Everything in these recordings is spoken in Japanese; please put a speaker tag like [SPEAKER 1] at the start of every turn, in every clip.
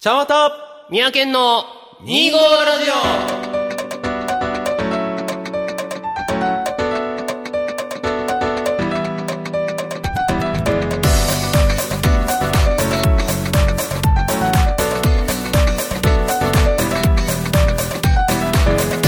[SPEAKER 1] 茶わた
[SPEAKER 2] 三宅県の
[SPEAKER 1] 2
[SPEAKER 2] 2
[SPEAKER 1] 号
[SPEAKER 2] 号
[SPEAKER 1] ラ
[SPEAKER 2] ラ
[SPEAKER 1] ジ
[SPEAKER 2] ジ
[SPEAKER 1] オ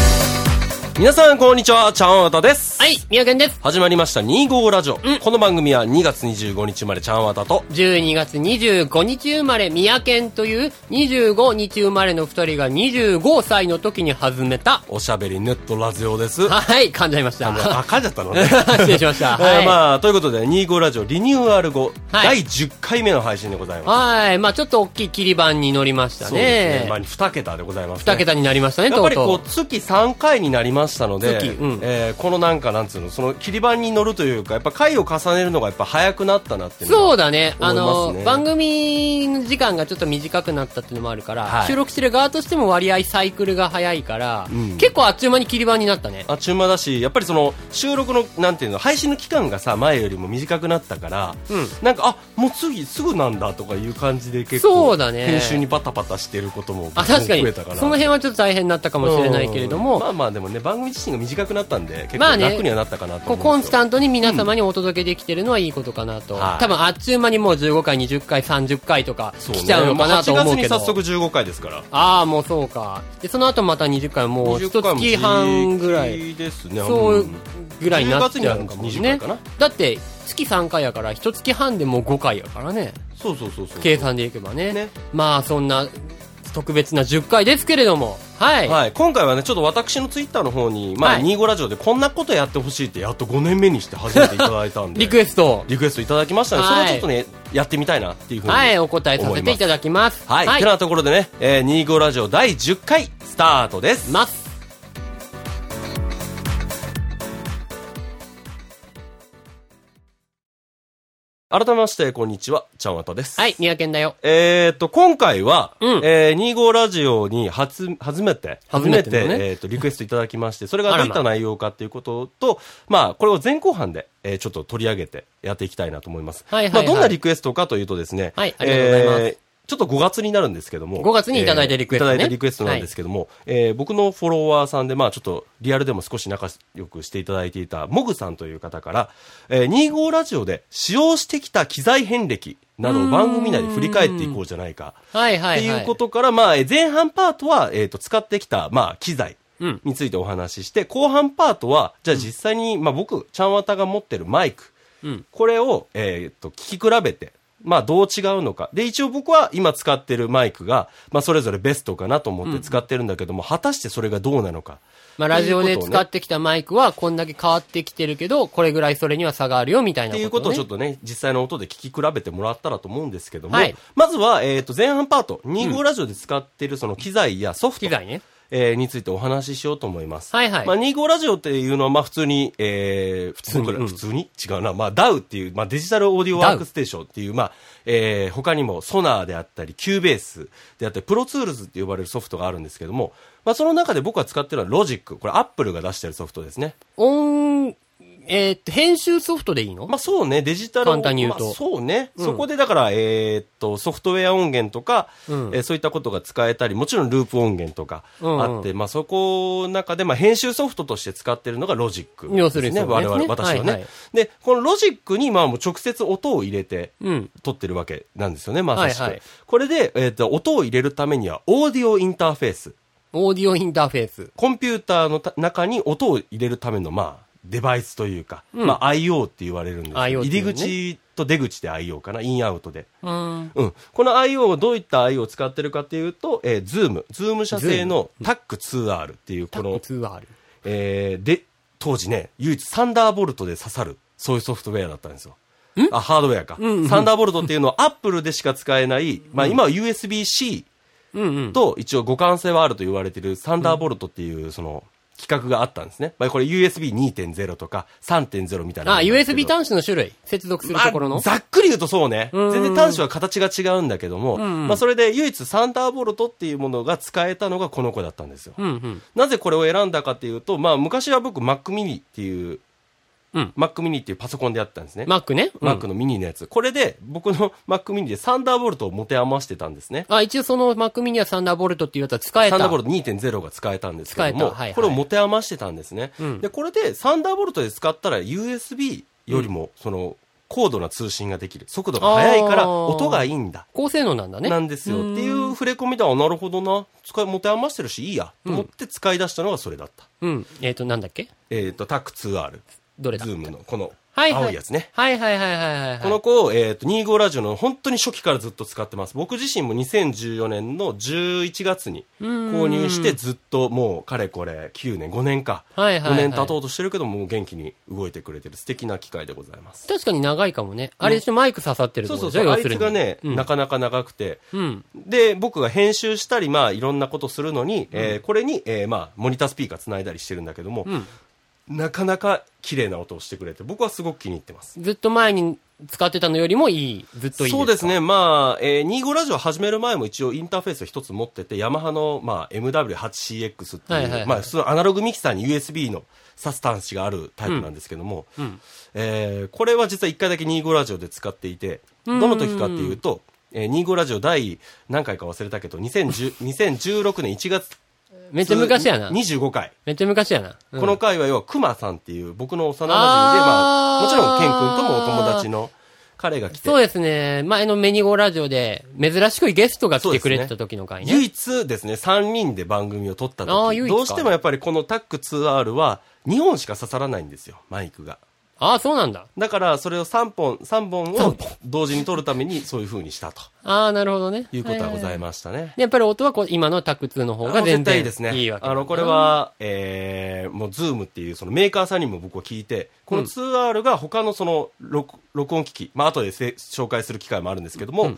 [SPEAKER 1] 皆さん、こんにちは。茶わたです。
[SPEAKER 2] オはい、三宅県です。
[SPEAKER 1] 始まりました2号ラジオ。この番組は2月25日生までちゃんわたと、
[SPEAKER 2] 12月25日生まれ、三宅県という25日生まれの二人が25歳の時に始めた。
[SPEAKER 1] おしゃべりネットラジオです。あ、
[SPEAKER 2] はい、噛んじゃいました。
[SPEAKER 1] 噛んじゃったのね。
[SPEAKER 2] 失礼しました。
[SPEAKER 1] え
[SPEAKER 2] は
[SPEAKER 1] ー
[SPEAKER 2] い。
[SPEAKER 1] まあ、ということで、2号ラジオリニューアル後、
[SPEAKER 2] は
[SPEAKER 1] 第
[SPEAKER 2] い
[SPEAKER 1] 10回目の配信でございます。
[SPEAKER 2] はい、まあちょっと大きい切り板に乗りました
[SPEAKER 1] そうです
[SPEAKER 2] ね。
[SPEAKER 1] まあ、2桁でございます、ね。
[SPEAKER 2] 二桁になりましたね、
[SPEAKER 1] やっ
[SPEAKER 2] と
[SPEAKER 1] ぱ
[SPEAKER 2] う
[SPEAKER 1] りこう
[SPEAKER 2] と
[SPEAKER 1] 月3回になりましたので、
[SPEAKER 2] 月うん
[SPEAKER 1] えーこのなんかなんつうのその切り板に乗るというかやっぱ回を重ねるのがやっぱ早くなったなって
[SPEAKER 2] う。
[SPEAKER 1] いうのは
[SPEAKER 2] そうだね。
[SPEAKER 1] 思い
[SPEAKER 2] あ
[SPEAKER 1] ます
[SPEAKER 2] の、
[SPEAKER 1] ね
[SPEAKER 2] 番組の時間がちょっと短くなったっていうのもあるから、
[SPEAKER 1] はい
[SPEAKER 2] 収録してる側としても割合サイクルが早いから、
[SPEAKER 1] ん
[SPEAKER 2] 結構あっちゅう間に切り板になったね。
[SPEAKER 1] あっちゅう間だしやっぱりその収録のなんていうの配信の期間がさ前よりも短くなったから、
[SPEAKER 2] うん
[SPEAKER 1] なんかあもう次すぐなんだとかいう感じで結構
[SPEAKER 2] そうだね
[SPEAKER 1] 編集にバタバタしてることも
[SPEAKER 2] あ、確かに。
[SPEAKER 1] 増
[SPEAKER 2] そ
[SPEAKER 1] えたから
[SPEAKER 2] の辺はちょっと大変になったかもしれないけれど
[SPEAKER 1] うん
[SPEAKER 2] も、
[SPEAKER 1] まあまあでもね番組自身が短くなったんで結
[SPEAKER 2] ま
[SPEAKER 1] 構
[SPEAKER 2] あね
[SPEAKER 1] 楽にはなったかなと
[SPEAKER 2] こう
[SPEAKER 1] 思
[SPEAKER 2] コ
[SPEAKER 1] うん
[SPEAKER 2] ン
[SPEAKER 1] で
[SPEAKER 2] ス
[SPEAKER 1] すよ、
[SPEAKER 2] タントに皆様にお届けできてるのはいいことかなと。
[SPEAKER 1] はい
[SPEAKER 2] 多分あっちゅう間にもう15回、20回、30回とか
[SPEAKER 1] そうね
[SPEAKER 2] 来ちゃうのかなと思うけど。
[SPEAKER 1] も8月に早速15回ですから
[SPEAKER 2] ああ、もうそうか。で、その後また20回もう一
[SPEAKER 1] 20回も
[SPEAKER 2] 月半ぐらい。
[SPEAKER 1] 平気ですね
[SPEAKER 2] そう
[SPEAKER 1] うん
[SPEAKER 2] ぐらいになっちゃうかも
[SPEAKER 1] 10月には20回
[SPEAKER 2] ね
[SPEAKER 1] かな。
[SPEAKER 2] だって、月3回やから、一月半でもう5回やからね。
[SPEAKER 1] そうそうそうそう
[SPEAKER 2] 計算でいけばね。
[SPEAKER 1] ね
[SPEAKER 2] まあ、そんな、特別な10回ですけれども。はい。
[SPEAKER 1] はい、今回はねちょっと私のツイッターの方に「まあ
[SPEAKER 2] はい
[SPEAKER 1] 25ラジオ」でこんなことやってほしいってやっと5年目にして初めていただいたんで
[SPEAKER 2] リクエストを。
[SPEAKER 1] リクエストいただきましたので、
[SPEAKER 2] はい
[SPEAKER 1] それをちょっとねやってみたいなっていうふうに
[SPEAKER 2] はい、お答えさせていただきます。
[SPEAKER 1] はい、てなところでね、えー、25ラジオ第10回スタートです
[SPEAKER 2] ます。
[SPEAKER 1] 改めましてこんにちはちゃんわたです
[SPEAKER 2] はい、三宅だよ。
[SPEAKER 1] えー、っと、今回は、
[SPEAKER 2] うん
[SPEAKER 1] えー、25ラジオに初、初めて、
[SPEAKER 2] 初めてのね
[SPEAKER 1] 初えーっと、リクエストいただきまして、それが
[SPEAKER 2] あ
[SPEAKER 1] ど
[SPEAKER 2] ら
[SPEAKER 1] ういっ
[SPEAKER 2] ま
[SPEAKER 1] た内容かということと、まあ、これを前後半で、えー、ちょっと取り上げてやっていきたいなと思います。
[SPEAKER 2] はいはい
[SPEAKER 1] まあ、
[SPEAKER 2] はい
[SPEAKER 1] どんなリクエストかというとですね、
[SPEAKER 2] はいありがとうございます
[SPEAKER 1] えーちょっと5月になるんですけども。
[SPEAKER 2] 5月にいただいたリクエストね
[SPEAKER 1] いただいたリクエストなんですけども、えー僕のフォロワーさんで、まあちょっとリアルでも少し仲良くしていただいていた、モグさんという方から、えー25ラジオで使用してきた機材遍歴などを番組内で振り返っていこうじゃないか。
[SPEAKER 2] はい
[SPEAKER 1] っ
[SPEAKER 2] はい、はい。
[SPEAKER 1] ていうことから、まあ、えー前半パートは、えっ、と、使ってきた、まあ、機材
[SPEAKER 2] うん
[SPEAKER 1] についてお話しして、後半パートは、じゃあ実際に、まあ僕、ちゃんわたが持ってるマイク、
[SPEAKER 2] うん
[SPEAKER 1] これを、えっ、と、聞き比べて、まあ、どう違うのか。で、一応僕は今使ってるマイクが、まあ、それぞれベストかなと思って使ってるんだけども、果たしてそれがどうなのか。
[SPEAKER 2] まあ、ラジオ
[SPEAKER 1] っていう
[SPEAKER 2] で
[SPEAKER 1] ことをね
[SPEAKER 2] 使ってきたマイクはこんだけ変わってきてるけど、これぐらいそれには差があるよ、みたい
[SPEAKER 1] っ
[SPEAKER 2] な
[SPEAKER 1] て
[SPEAKER 2] こと、ね。
[SPEAKER 1] いうことをちょっとね、実際の音で聞き比べてもらったらと思うんですけども、
[SPEAKER 2] はい
[SPEAKER 1] まずは、えっ、と、前半パート、25ラジオで使ってるその機材やソフト、
[SPEAKER 2] 機材ね。
[SPEAKER 1] えーについてお話ししようと思います。
[SPEAKER 2] はいはい
[SPEAKER 1] まあ、25ラジオっていうのは、まあ、普通に、えー普通に、
[SPEAKER 2] うんうん
[SPEAKER 1] 普通に違うな。まあ、DAW っていう、まあ、デジタルオーディオワークステーションっていう、まあ、えー他にも、ソナーであったり、キューベースであったり、プロツールズって呼ばれるソフトがあるんですけども、まあ、その中で僕が使ってるのはロジック。これ、アップルが出してるソフトですね。
[SPEAKER 2] 音、えーっと、編集ソフトでいいの、
[SPEAKER 1] まあそうね、デジタル
[SPEAKER 2] 簡単に言うと
[SPEAKER 1] まあそうね、
[SPEAKER 2] うん
[SPEAKER 1] そこでだから、えーっと、ソフトウェア音源とか、
[SPEAKER 2] うん
[SPEAKER 1] えーそういったことが使えたり、もちろんループ音源とか
[SPEAKER 2] うんうん
[SPEAKER 1] あって、まあそこの中で、まあ編集ソフトとして使ってるのがロジックですね。
[SPEAKER 2] 要するにそうです
[SPEAKER 1] 我
[SPEAKER 2] ね
[SPEAKER 1] 々、私はね、
[SPEAKER 2] はいはい
[SPEAKER 1] で、このロジックに、まあもう直接音を入れて、
[SPEAKER 2] うん。
[SPEAKER 1] 撮ってるわけなんですよね、まさしく。
[SPEAKER 2] はいはい
[SPEAKER 1] これで、えーっと、音を入れるためには、オーディオインターフェース。
[SPEAKER 2] オーディオインターフェース。
[SPEAKER 1] コンピューターのた中に音を入れるための、まあ、デバイスというか、
[SPEAKER 2] うん
[SPEAKER 1] まあ、IO って言われるんですけど、
[SPEAKER 2] IO
[SPEAKER 1] 入
[SPEAKER 2] って
[SPEAKER 1] り
[SPEAKER 2] いうね
[SPEAKER 1] 口と出口で IO かな、インアウトで。
[SPEAKER 2] うん。
[SPEAKER 1] うん。この IO をどういった IO を使ってるかっていうと、えー、ズーム、ズーム社製のタック 2R っていう、
[SPEAKER 2] タ
[SPEAKER 1] こ
[SPEAKER 2] ッ
[SPEAKER 1] の
[SPEAKER 2] ク、2はある。
[SPEAKER 1] えーで、当時ね、唯一サンダーボルトで刺さる、そういうソフトウェアだったんですよ。あ、ハードウェアか。サンダーボルトっていうのはアップルでしか使えない、まあ今は USB-C
[SPEAKER 2] うんうん。
[SPEAKER 1] と一応互換性はあると言われているサンダーボルトっていうその企画があったんですね。まあこれ USB2.0 とか3.0みたいな。
[SPEAKER 2] あ、USB
[SPEAKER 1] 端
[SPEAKER 2] 端子の種類。接続するところの。
[SPEAKER 1] ざっくり言うとそうね。
[SPEAKER 2] うん
[SPEAKER 1] 全然端子は形が違うんだけども、
[SPEAKER 2] ん
[SPEAKER 1] まあそれで唯一サンダーボルトっていうものが使えたのがこの子だったんですよ。
[SPEAKER 2] うんうん。
[SPEAKER 1] なぜこれを選んだかっていうと、まあ昔は僕 Mac mini っていう
[SPEAKER 2] うん、
[SPEAKER 1] Mac mini っていうパソコンでやったんですね。
[SPEAKER 2] マックね。うん
[SPEAKER 1] Mac のミニのやつ。これで、僕の Mac mini でサンダーボルトを持て余してたんですね。
[SPEAKER 2] あ、一応そのマックミニはサンダーボルトっていうやつは使え
[SPEAKER 1] サン
[SPEAKER 2] た。
[SPEAKER 1] ダーボルト2.0が使えたんですけど
[SPEAKER 2] 使え
[SPEAKER 1] も、
[SPEAKER 2] たはいはい
[SPEAKER 1] これを持て余してたんですね、
[SPEAKER 2] うん
[SPEAKER 1] で、これでサンダーボルトで使ったら USB よりも、その、高度な通信ができる。速度が速いか
[SPEAKER 2] あ
[SPEAKER 1] ら
[SPEAKER 2] ー
[SPEAKER 1] 音がいいんだ。
[SPEAKER 2] 高性能なんだね。
[SPEAKER 1] なんですよ。っていう触れ込みで、あ、なるほどな。使い、持て余してるしいいや。と思って使い出したのがそれだった。
[SPEAKER 2] うん。えっ、と、なんだっけ
[SPEAKER 1] えっ、と、タック 2R。
[SPEAKER 2] どれだ
[SPEAKER 1] ズームの、この、
[SPEAKER 2] はいはい
[SPEAKER 1] 青いやつね。
[SPEAKER 2] はいはいはいはいはいはい。
[SPEAKER 1] この子を、えっ、と、25ラジオの本当に初期からずっと使ってます。僕自身も2014年の11月に購入して、ずっともう、かれこれ、9年、5年か。
[SPEAKER 2] はいはいはい
[SPEAKER 1] 5年経とうとしてるけど、もう元気に動いてくれてる素敵な機械でございます。
[SPEAKER 2] 確かに長いかもね。あれ、マイク刺さってる
[SPEAKER 1] そ
[SPEAKER 2] と
[SPEAKER 1] う
[SPEAKER 2] こ
[SPEAKER 1] そう
[SPEAKER 2] ろでしょ
[SPEAKER 1] そう。あいつ
[SPEAKER 2] 要す
[SPEAKER 1] が
[SPEAKER 2] るに
[SPEAKER 1] ね、
[SPEAKER 2] うん
[SPEAKER 1] なかなか長くて、
[SPEAKER 2] うん。
[SPEAKER 1] で、僕が編集したり、まあ、いろんなことするのに、えーこれに、えーまあ、モニタースピーカー繋いだりしてるんだけども、
[SPEAKER 2] ん
[SPEAKER 1] なかなか綺麗な音をしてくれて、僕はすごく気に入ってます。
[SPEAKER 2] ずっと前に使ってたのよりもいい。ずっといい。
[SPEAKER 1] そうです。ね。まあ、えー、25ラジオ始める前も一応インターフェースを一つ持ってて、ヤマハの、まあ、MW8CX っていう、
[SPEAKER 2] はいはいはい
[SPEAKER 1] まあ、普通のアナログミキサーに USB の挿す端子があるタイプなんですけども、えーこれは実は一回だけ25ラジオで使っていて、どの時かっていうと、えー、25ラジオ第何回か忘れたけど、2010 2016年1月
[SPEAKER 2] めっちゃ昔やな。
[SPEAKER 1] 25回。
[SPEAKER 2] めっちゃ昔やな。うん
[SPEAKER 1] この回は要は、熊さんっていう僕の幼馴染で、まあ、もちろんケン君ともお友達の彼が来て
[SPEAKER 2] そう、ですね。前のメニゴラジオで、珍しくゲストが来てくれてた時の回ね。
[SPEAKER 1] 唯一ですね、3人で番組を撮った
[SPEAKER 2] あー
[SPEAKER 1] 時
[SPEAKER 2] 唯一か
[SPEAKER 1] どうしてもやっぱりこのタック 2R は2本しか刺さらないんですよ、マイクが。
[SPEAKER 2] ああ、そうなんだ。
[SPEAKER 1] だから、それを3本、3本
[SPEAKER 2] 三
[SPEAKER 1] を同時に撮るためにそういう風にしたと
[SPEAKER 2] ああ、なるほどね。
[SPEAKER 1] いうことはござい
[SPEAKER 2] ま
[SPEAKER 1] ましたね。
[SPEAKER 2] す。で、やっぱり音はこう今のタック2の方が
[SPEAKER 1] あの絶
[SPEAKER 2] 全
[SPEAKER 1] 対
[SPEAKER 2] 然
[SPEAKER 1] いいですね。
[SPEAKER 2] いいわけだ
[SPEAKER 1] あの、これ、は、えー、もう、ズームっていう、そのメーカーさんにも僕は聞いて、この 2R が他のその録、録音機器、まあ、後でせ紹介する機会もあるんですけども、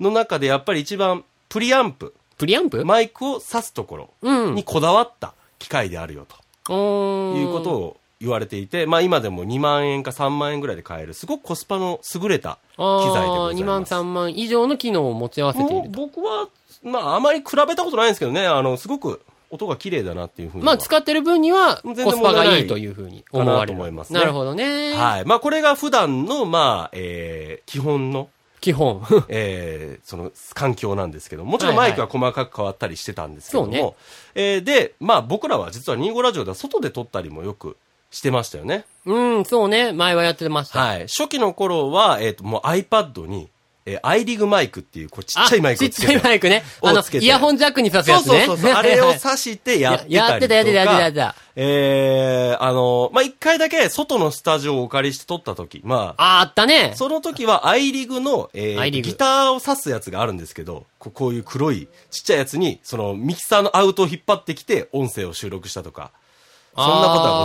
[SPEAKER 1] の中でやっぱり一番、プリアンプ、
[SPEAKER 2] プリアンプ
[SPEAKER 1] マイクを挿すところにこだわった機械であるよと。
[SPEAKER 2] おー
[SPEAKER 1] いうことを言われていて、まあ今でも2万円か3万円ぐらいで買える、すごくコスパの優れた機材でござい
[SPEAKER 2] 2万
[SPEAKER 1] ます。
[SPEAKER 2] 3万以上の機能を持ち合わせてい
[SPEAKER 1] もう
[SPEAKER 2] ると。
[SPEAKER 1] 僕は、まああまり比べたことないんですけどね、あの、すごく音が綺麗だなっていうふうには。
[SPEAKER 2] まあ、使ってる分には、コ
[SPEAKER 1] 全然
[SPEAKER 2] スパがいいというふうに思わ
[SPEAKER 1] 問題ないかな
[SPEAKER 2] れる。
[SPEAKER 1] と思いますね
[SPEAKER 2] なるほどね。
[SPEAKER 1] はい。まあこれが普段の、まあ、えー基本の、
[SPEAKER 2] 基本。
[SPEAKER 1] えーその環境なんですけども、ちろんマイクは細かく変わったりしてたんですけども、
[SPEAKER 2] はいはい
[SPEAKER 1] えーで、まあ僕らは実は25ラジオでは外で撮ったりもよくしてましたよね。
[SPEAKER 2] うん、そうね。前はやってました。
[SPEAKER 1] はい。初期の頃は、えっ、と、もう iPad に、えー、アイリグマイクっていう、こうちっちゃいマイク
[SPEAKER 2] あ
[SPEAKER 1] を
[SPEAKER 2] ちっ
[SPEAKER 1] つ
[SPEAKER 2] ち
[SPEAKER 1] け
[SPEAKER 2] ゃ
[SPEAKER 1] て。
[SPEAKER 2] いマイクね。あ
[SPEAKER 1] を
[SPEAKER 2] の
[SPEAKER 1] つけ、て
[SPEAKER 2] イヤホンジャックに刺す
[SPEAKER 1] そ
[SPEAKER 2] や
[SPEAKER 1] う
[SPEAKER 2] つ
[SPEAKER 1] そう
[SPEAKER 2] ね。
[SPEAKER 1] そうそう。あれを
[SPEAKER 2] はいはい
[SPEAKER 1] 挿してやってたりとか。
[SPEAKER 2] やってたやってたやってたやってた
[SPEAKER 1] えー、あの、まあ、一回だけ外のスタジオをお借りして撮った時、まあ、
[SPEAKER 2] あ、あったね。
[SPEAKER 1] その時はアイリグの、えー
[SPEAKER 2] アイリグ
[SPEAKER 1] ギターを挿すやつがあるんですけど、こうこういう黒いちっちゃいやつに、そのミキサーのアウトを引っ張ってきて音声を収録したとか、そんなことはございましたね。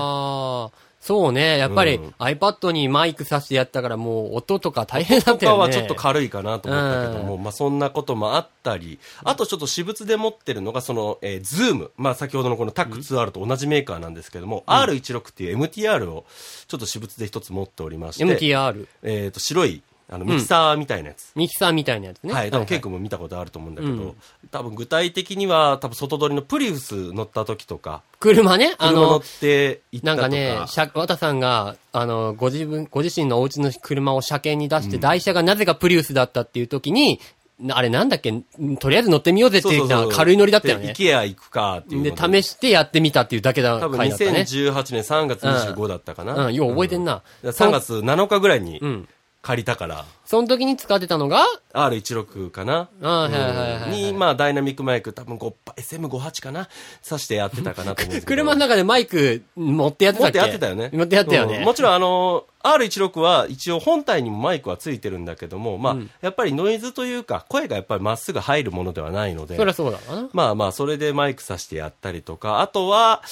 [SPEAKER 2] あーそうね。やっぱり、
[SPEAKER 1] うん
[SPEAKER 2] iPad にマイク挿してやったから、もう音とか大変だっ
[SPEAKER 1] 他
[SPEAKER 2] たよ
[SPEAKER 1] は
[SPEAKER 2] ね。
[SPEAKER 1] ちょっと軽いかなと思ったけども、まあそんなこともあったり、あとちょっと私物で持ってるのが、その、えー、ズーム。まあ先ほどのこのタック 2R と同じメーカーなんですけども、R16 っていう MTR をちょっと私物で一つ持っておりまして、
[SPEAKER 2] MTR。
[SPEAKER 1] えっ、と、白い、あの、ミキサーみたいなやつ。
[SPEAKER 2] ミキサーみたいなやつね。
[SPEAKER 1] はい、多分、ケイ
[SPEAKER 2] 構。
[SPEAKER 1] 君も見たことあると思うんだけど、多分具体的には、多分外取りのプリウス乗った時とか、
[SPEAKER 2] 車ね。あ
[SPEAKER 1] 車乗
[SPEAKER 2] の
[SPEAKER 1] っ、て行った
[SPEAKER 2] なん
[SPEAKER 1] とか、
[SPEAKER 2] かね、車和田さんが、あの、ご自分、ご自身のお家の車を車検に出して、台車がなぜかプリウスだったっていう時に、なあれなんだっけ、んとりあえず乗ってみようぜって言った軽い乗りだったよね。
[SPEAKER 1] で IKEA 行くかっていう
[SPEAKER 2] で、
[SPEAKER 1] の
[SPEAKER 2] 試してやってみたっていうだけだ、
[SPEAKER 1] 多分
[SPEAKER 2] 回だったね。
[SPEAKER 1] 2018年3月25だったかな。
[SPEAKER 2] うん、よう覚えてんな。
[SPEAKER 1] 3月7日ぐらいに
[SPEAKER 2] ん
[SPEAKER 1] 借りたから、
[SPEAKER 2] その時に使ってたのが、
[SPEAKER 1] R16 かな。
[SPEAKER 2] あはいはいはいはい
[SPEAKER 1] に、まあ、ダイナミックマイク、多分5、SM58 かな挿してやってたかなと思うんですけど。
[SPEAKER 2] 車の中でマイク持ってやって
[SPEAKER 1] 持
[SPEAKER 2] たっ
[SPEAKER 1] って
[SPEAKER 2] け
[SPEAKER 1] やってたよね。
[SPEAKER 2] 持ってやったよね。
[SPEAKER 1] うんもちろん、あの、R16 は一応本体にもマイクはついてるんだけども、まあ、やっぱりノイズというか、声がやっぱりまっすぐ入るものではないので
[SPEAKER 2] そ、りゃそうだわな。
[SPEAKER 1] まあまあ、それでマイクさしてやったりとか、あとは、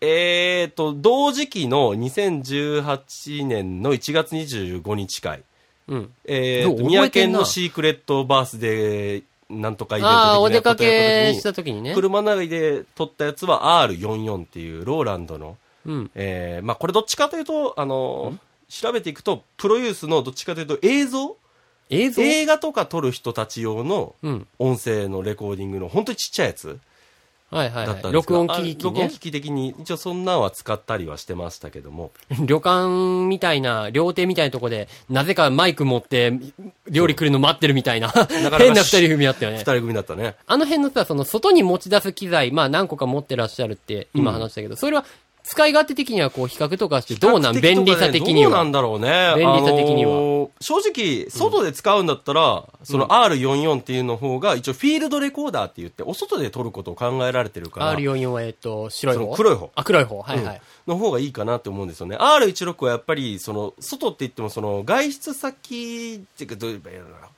[SPEAKER 1] えっ、と、同時期の2018年の1月25日会、
[SPEAKER 2] うん。
[SPEAKER 1] えー
[SPEAKER 2] ど
[SPEAKER 1] と、
[SPEAKER 2] う
[SPEAKER 1] 宮
[SPEAKER 2] 覚
[SPEAKER 1] 城
[SPEAKER 2] えてん
[SPEAKER 1] 県
[SPEAKER 2] な
[SPEAKER 1] のシークレットバースデーなんとかイベント的な
[SPEAKER 2] ああ、お出か
[SPEAKER 1] ことやった
[SPEAKER 2] け
[SPEAKER 1] 時に
[SPEAKER 2] した時にね。
[SPEAKER 1] 車内で撮ったやつは R44 っていうローランドの、
[SPEAKER 2] うん。
[SPEAKER 1] えーまあこれどっちかというと、あの、調べていくと、プロユースのどっちかというと映像
[SPEAKER 2] 映像
[SPEAKER 1] 映画とか撮る人たち用の
[SPEAKER 2] うん
[SPEAKER 1] 音声のレコーディングの本当にちっちゃいやつ。
[SPEAKER 2] はいはい
[SPEAKER 1] だ
[SPEAKER 2] は
[SPEAKER 1] ったん
[SPEAKER 2] い。
[SPEAKER 1] ですけ
[SPEAKER 2] 録
[SPEAKER 1] ど
[SPEAKER 2] 音機器
[SPEAKER 1] あ録音
[SPEAKER 2] ね
[SPEAKER 1] 機。器的に、一応そんなんは使ったりはしてましたけども。
[SPEAKER 2] 旅館みたいな、料亭みたいなとこで、なぜかマイク持って、料理来るの待ってるみたい な、
[SPEAKER 1] なか
[SPEAKER 2] 変な二人組あったよ
[SPEAKER 1] 二
[SPEAKER 2] ね。
[SPEAKER 1] 人組だったね。
[SPEAKER 2] あの辺のさ、その外に持ち出す機材、まあ何個か持ってらっしゃるって今話したけど、それは使い勝手的にはこう比較とかしてどうなん
[SPEAKER 1] 比較的とか
[SPEAKER 2] 便利さ的に
[SPEAKER 1] どうな
[SPEAKER 2] は。
[SPEAKER 1] んだろうね。
[SPEAKER 2] 便利さ的には
[SPEAKER 1] あのー正直、外で使うんだったら、その R44 っていうの方が、一応フィールドレコーダーって言って、お外で撮ることを考えられてるから。
[SPEAKER 2] R44 はえっと、白い
[SPEAKER 1] そ
[SPEAKER 2] 方。
[SPEAKER 1] の黒い方
[SPEAKER 2] あ、黒い方。はいはい。
[SPEAKER 1] の方がいいかなって思うんですよね。R16 はやっぱり、その、外って言っても、その、外出先っていうか、どう言えばいいのかな。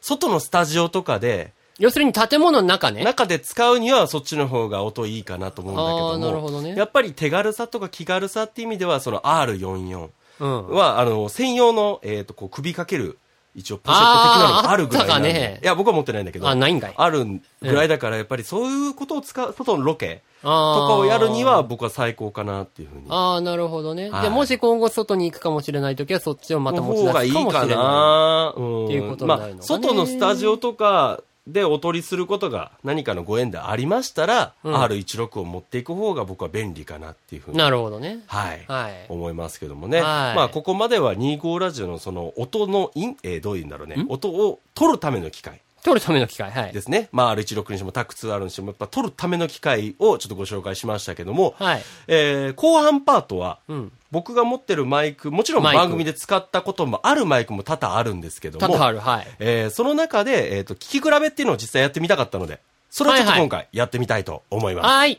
[SPEAKER 1] 外のスタジオとかで、
[SPEAKER 2] 要するに建物の中ね。
[SPEAKER 1] 中で使うにはそっちの方が音いいかなと思うんだけども
[SPEAKER 2] あーなるほどね
[SPEAKER 1] やっぱり手軽さとか気軽さっていう意味ではその R44
[SPEAKER 2] うん。
[SPEAKER 1] は、あの専用の、えー、とこう首掛ける一応ポシェット的なのがあるぐらいなんで
[SPEAKER 2] あーあったかね
[SPEAKER 1] いや僕は持ってないんだけど
[SPEAKER 2] あないんかい
[SPEAKER 1] あるぐらいだからやっぱりそういうことを使う外のロケ
[SPEAKER 2] と
[SPEAKER 1] とか
[SPEAKER 2] か
[SPEAKER 1] をやるには。僕は最高かなっていうふうに
[SPEAKER 2] ああ、なるほどね。
[SPEAKER 1] はい
[SPEAKER 2] で、もし今後外に行くかもしれないときは、そっちをまた
[SPEAKER 1] の
[SPEAKER 2] 持ち出
[SPEAKER 1] 方
[SPEAKER 2] すか
[SPEAKER 1] が
[SPEAKER 2] も
[SPEAKER 1] い
[SPEAKER 2] し
[SPEAKER 1] い
[SPEAKER 2] れない。
[SPEAKER 1] かな
[SPEAKER 2] っていう
[SPEAKER 1] うん
[SPEAKER 2] ことに
[SPEAKER 1] ま
[SPEAKER 2] なる
[SPEAKER 1] あ
[SPEAKER 2] のかね
[SPEAKER 1] 外のスタジオとかでお取りすることが何かのご縁でありましたら、
[SPEAKER 2] うん
[SPEAKER 1] R16 を持っていく方が僕は便利かなっていうふうに、
[SPEAKER 2] なるほどね。
[SPEAKER 1] はい
[SPEAKER 2] はい
[SPEAKER 1] 思いますけどもね、
[SPEAKER 2] はい
[SPEAKER 1] まあ、ここまでは25ラジオのその音のイン、えーどういうんだろうね音を取るための機械
[SPEAKER 2] 取るための機会、はい
[SPEAKER 1] で。すね、まあ、R16 にしてもタック 2R にしてもやっぱ取るための機械をちょっとご紹介しましたけども、
[SPEAKER 2] はい。
[SPEAKER 1] えー後半パートは、
[SPEAKER 2] うん。
[SPEAKER 1] 僕が持ってるマイク、もちろん
[SPEAKER 2] マイク
[SPEAKER 1] 番組で使ったこともあるマイクも多々あるんですけど
[SPEAKER 2] タ
[SPEAKER 1] も、
[SPEAKER 2] タハル、はい。
[SPEAKER 1] えーその中で、えっ、と、聞き比べっていうのを実際やってみたかったので、それをちょっと
[SPEAKER 2] はいは
[SPEAKER 1] 今
[SPEAKER 2] い
[SPEAKER 1] 回やってみたいと思います。
[SPEAKER 2] はい。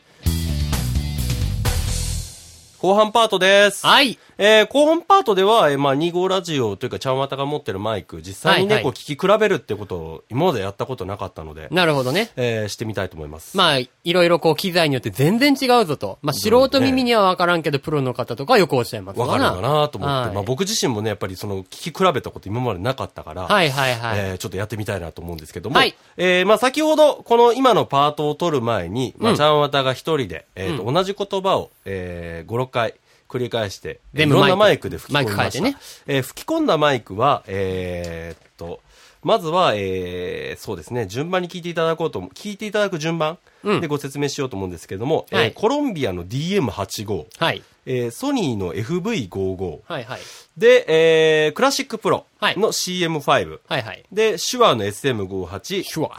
[SPEAKER 1] 後半パートです。
[SPEAKER 2] はい。
[SPEAKER 1] えー後半パートでは、えーまあ、2号ラジオというか、ちゃんわたが持ってるマイク、実際にね、
[SPEAKER 2] はいはい
[SPEAKER 1] こう聞き比べるってことを今までやったことなかったので、
[SPEAKER 2] なるほどね。
[SPEAKER 1] えーしてみたいと思います。
[SPEAKER 2] まあ、いろいろこう、機材によって全然違うぞと。まあ、素人耳には分からんけど、プロの方とかはよくおっしゃいます
[SPEAKER 1] わかるのかなと思って、
[SPEAKER 2] はい
[SPEAKER 1] まあ、僕自身もね、やっぱりその、聞き比べたこと今までなかったから、
[SPEAKER 2] はいはいはい。
[SPEAKER 1] えーちょっとやってみたいなと思うんですけども、
[SPEAKER 2] はい
[SPEAKER 1] えーまあ先ほど、この今のパートを取る前に、ま
[SPEAKER 2] う
[SPEAKER 1] あ、
[SPEAKER 2] ん
[SPEAKER 1] ちゃんわたが一人で、えーと同じ言葉を、えー5、6回繰り返して、えーい
[SPEAKER 2] 全部
[SPEAKER 1] ろんなマ
[SPEAKER 2] マ
[SPEAKER 1] イ
[SPEAKER 2] イ
[SPEAKER 1] ク
[SPEAKER 2] ク
[SPEAKER 1] で吹き込みました。
[SPEAKER 2] マイク変えてね
[SPEAKER 1] えー吹き込んだマイクは、えーっと、まずは、えーそうですね、順番に聞いていただこうと思う、聞いていただく順番
[SPEAKER 2] うん
[SPEAKER 1] でご説明しようと思うんですけども、
[SPEAKER 2] は
[SPEAKER 1] えー
[SPEAKER 2] い
[SPEAKER 1] コロンビアの DM85、
[SPEAKER 2] はい。
[SPEAKER 1] えーソニーの FV55、
[SPEAKER 2] はいはい。
[SPEAKER 1] で、えークラシックプロ
[SPEAKER 2] はい
[SPEAKER 1] の CM5、
[SPEAKER 2] はいはい。
[SPEAKER 1] で、シュワーの SM58、
[SPEAKER 2] シュワ。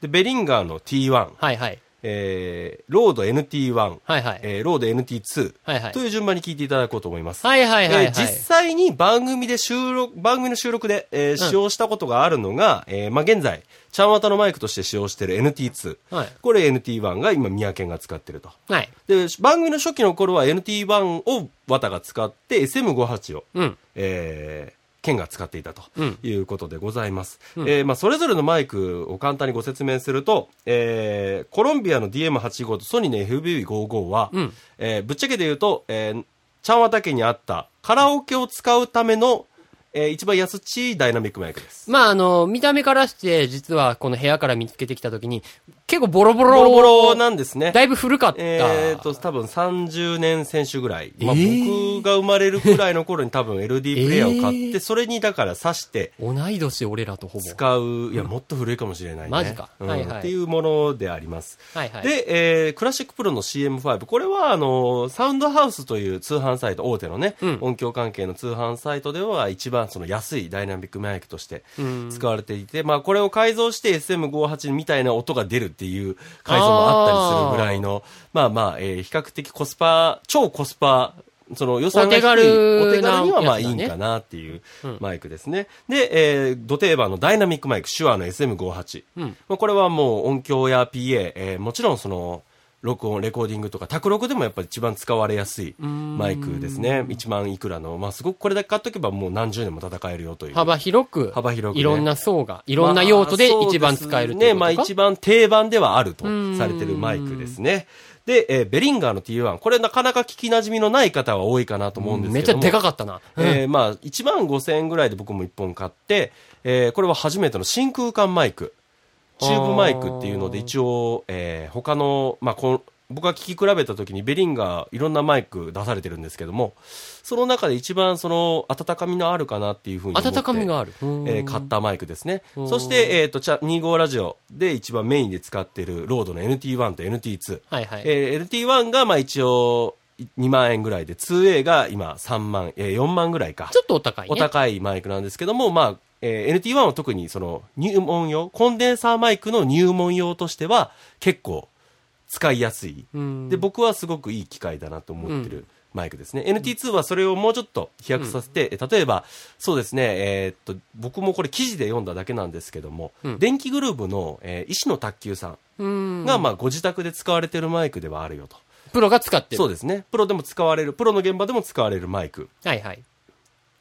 [SPEAKER 1] で、ベリンガーの T1、
[SPEAKER 2] はいはい。
[SPEAKER 1] えー、ロード NT1、
[SPEAKER 2] はいはい。
[SPEAKER 1] えー、ロード NT2、
[SPEAKER 2] はいはい
[SPEAKER 1] という順番に聞いていただこうと思います。
[SPEAKER 2] はいはいはい
[SPEAKER 1] え
[SPEAKER 2] は
[SPEAKER 1] ー
[SPEAKER 2] い。
[SPEAKER 1] 実際に番組で収録、番組の収録で、えー使用したことがあるのが、えーまあ、現在、ちゃんわたのマイクとして使用している NT2。
[SPEAKER 2] はい
[SPEAKER 1] これ NT1 が今、宮県が使ってると。
[SPEAKER 2] はい。
[SPEAKER 1] で、番組の初期の頃は NT1 をわたが使って、SM58 を、
[SPEAKER 2] うん。
[SPEAKER 1] えー県が使っていたと
[SPEAKER 2] うん
[SPEAKER 1] いうことでございます。えーまあ、それぞれのマイクを簡単にご説明すると、えーコロンビアの DM85 とソニーの FBB55 は、
[SPEAKER 2] うん
[SPEAKER 1] えーぶっちゃけで言うと、えー、ちゃんわた家にあったカラオケを使うための、えー一番安っちいダイナミックマイクです。
[SPEAKER 2] まあ、あの、見た目からして、実はこの部屋から見つけてきたときに、結構ボロボロ。
[SPEAKER 1] ボロボロなんですね。
[SPEAKER 2] だいぶ古かった。
[SPEAKER 1] えー、と、多分30年選手ぐらい。まあ、
[SPEAKER 2] えー
[SPEAKER 1] 僕が生まれるくらいの頃に多分 LD プレイヤーを買って、
[SPEAKER 2] えー
[SPEAKER 1] それにだから挿して、
[SPEAKER 2] 同い年俺らとほぼ。
[SPEAKER 1] 使う、いや、もっと古いかもしれないね。
[SPEAKER 2] マジか
[SPEAKER 1] うん
[SPEAKER 2] はいはい
[SPEAKER 1] っていうものであります。
[SPEAKER 2] はいはい。
[SPEAKER 1] で、えークラシックプロの CM5。これは、あのーサウンドハウスという通販サイト、大手のね、
[SPEAKER 2] うん
[SPEAKER 1] 音響関係の通販サイトでは、一番その安いダイナミックマイクとして使われていて、まあ、これを改造して SM58 みたいな音が出るっていう改造もあったりするぐらいの、まあまあ、えー比較的コスパ、超コスパ、その予算が低い
[SPEAKER 2] お手軽な
[SPEAKER 1] お手軽にはまあい
[SPEAKER 2] やつ
[SPEAKER 1] いん
[SPEAKER 2] だね
[SPEAKER 1] かなっていうマイクですね。で、えー、ド定番のダイナミックマイク、シュアの SM58。
[SPEAKER 2] うん
[SPEAKER 1] まあ、これはもう音響や PA、えーもちろんその、録音、レコーディングとか、卓録でもやっぱり一番使われやすいマイクですね。1万いくらの。まあ、すごくこれだけ買っとけばもう何十年も戦えるよという。
[SPEAKER 2] 幅広く、
[SPEAKER 1] 幅広くね
[SPEAKER 2] いろんな層が、いろんな用途で
[SPEAKER 1] まあ
[SPEAKER 2] 一番使える
[SPEAKER 1] そう
[SPEAKER 2] と
[SPEAKER 1] ですね。
[SPEAKER 2] いうこと
[SPEAKER 1] まあ
[SPEAKER 2] か、
[SPEAKER 1] 一番定番ではあるとされてるマイクですね。で、えーベリンガーの T1。これなかなか聞き馴染みのない方は多いかなと思うんです
[SPEAKER 2] め
[SPEAKER 1] け
[SPEAKER 2] っちゃ
[SPEAKER 1] ども。
[SPEAKER 2] でかかったな。
[SPEAKER 1] えーまあ、1万5000円ぐらいで僕も1本買って、えーこれは初めての真空管マイク。チューブマイクっていうので、
[SPEAKER 2] あー
[SPEAKER 1] 一応、えー他の、まあ、こん僕が聞き比べた時にベリンがいろんなマイク出されてるんですけども、その中で一番その温かみのあるかなっていうふうに思って。
[SPEAKER 2] 温かみがある
[SPEAKER 1] え
[SPEAKER 2] う
[SPEAKER 1] ー
[SPEAKER 2] ん
[SPEAKER 1] 買ったマイクですね。
[SPEAKER 2] うん
[SPEAKER 1] そして、えっ、と、チャ25ラジオで一番メインで使ってるロードの NT1 と NT2。
[SPEAKER 2] はいはい。
[SPEAKER 1] えー LT1 がまあ一応2万円ぐらいで、2A が今3万、えー4万ぐらいか。
[SPEAKER 2] ちょっとお高いね。
[SPEAKER 1] お高いマイクなんですけども、まあ、えー NT1 は特にその入門用、コンデンサーマイクの入門用としては結構使いやすい。
[SPEAKER 2] うん
[SPEAKER 1] で、僕はすごくいい機械だなと思ってるマイクですね。NT2 はそれをもうちょっと飛躍させて、え例えば、そうですね、えーっと、僕もこれ記事で読んだだけなんですけども、
[SPEAKER 2] うん
[SPEAKER 1] 電気グルーブの、えー、石野卓球さん
[SPEAKER 2] うん
[SPEAKER 1] が、まあ、ご自宅で使われてるマイクではあるよと。
[SPEAKER 2] プロが使ってる。
[SPEAKER 1] そうですね。プロでも使われる、プロの現場でも使われるマイク
[SPEAKER 2] はいはい。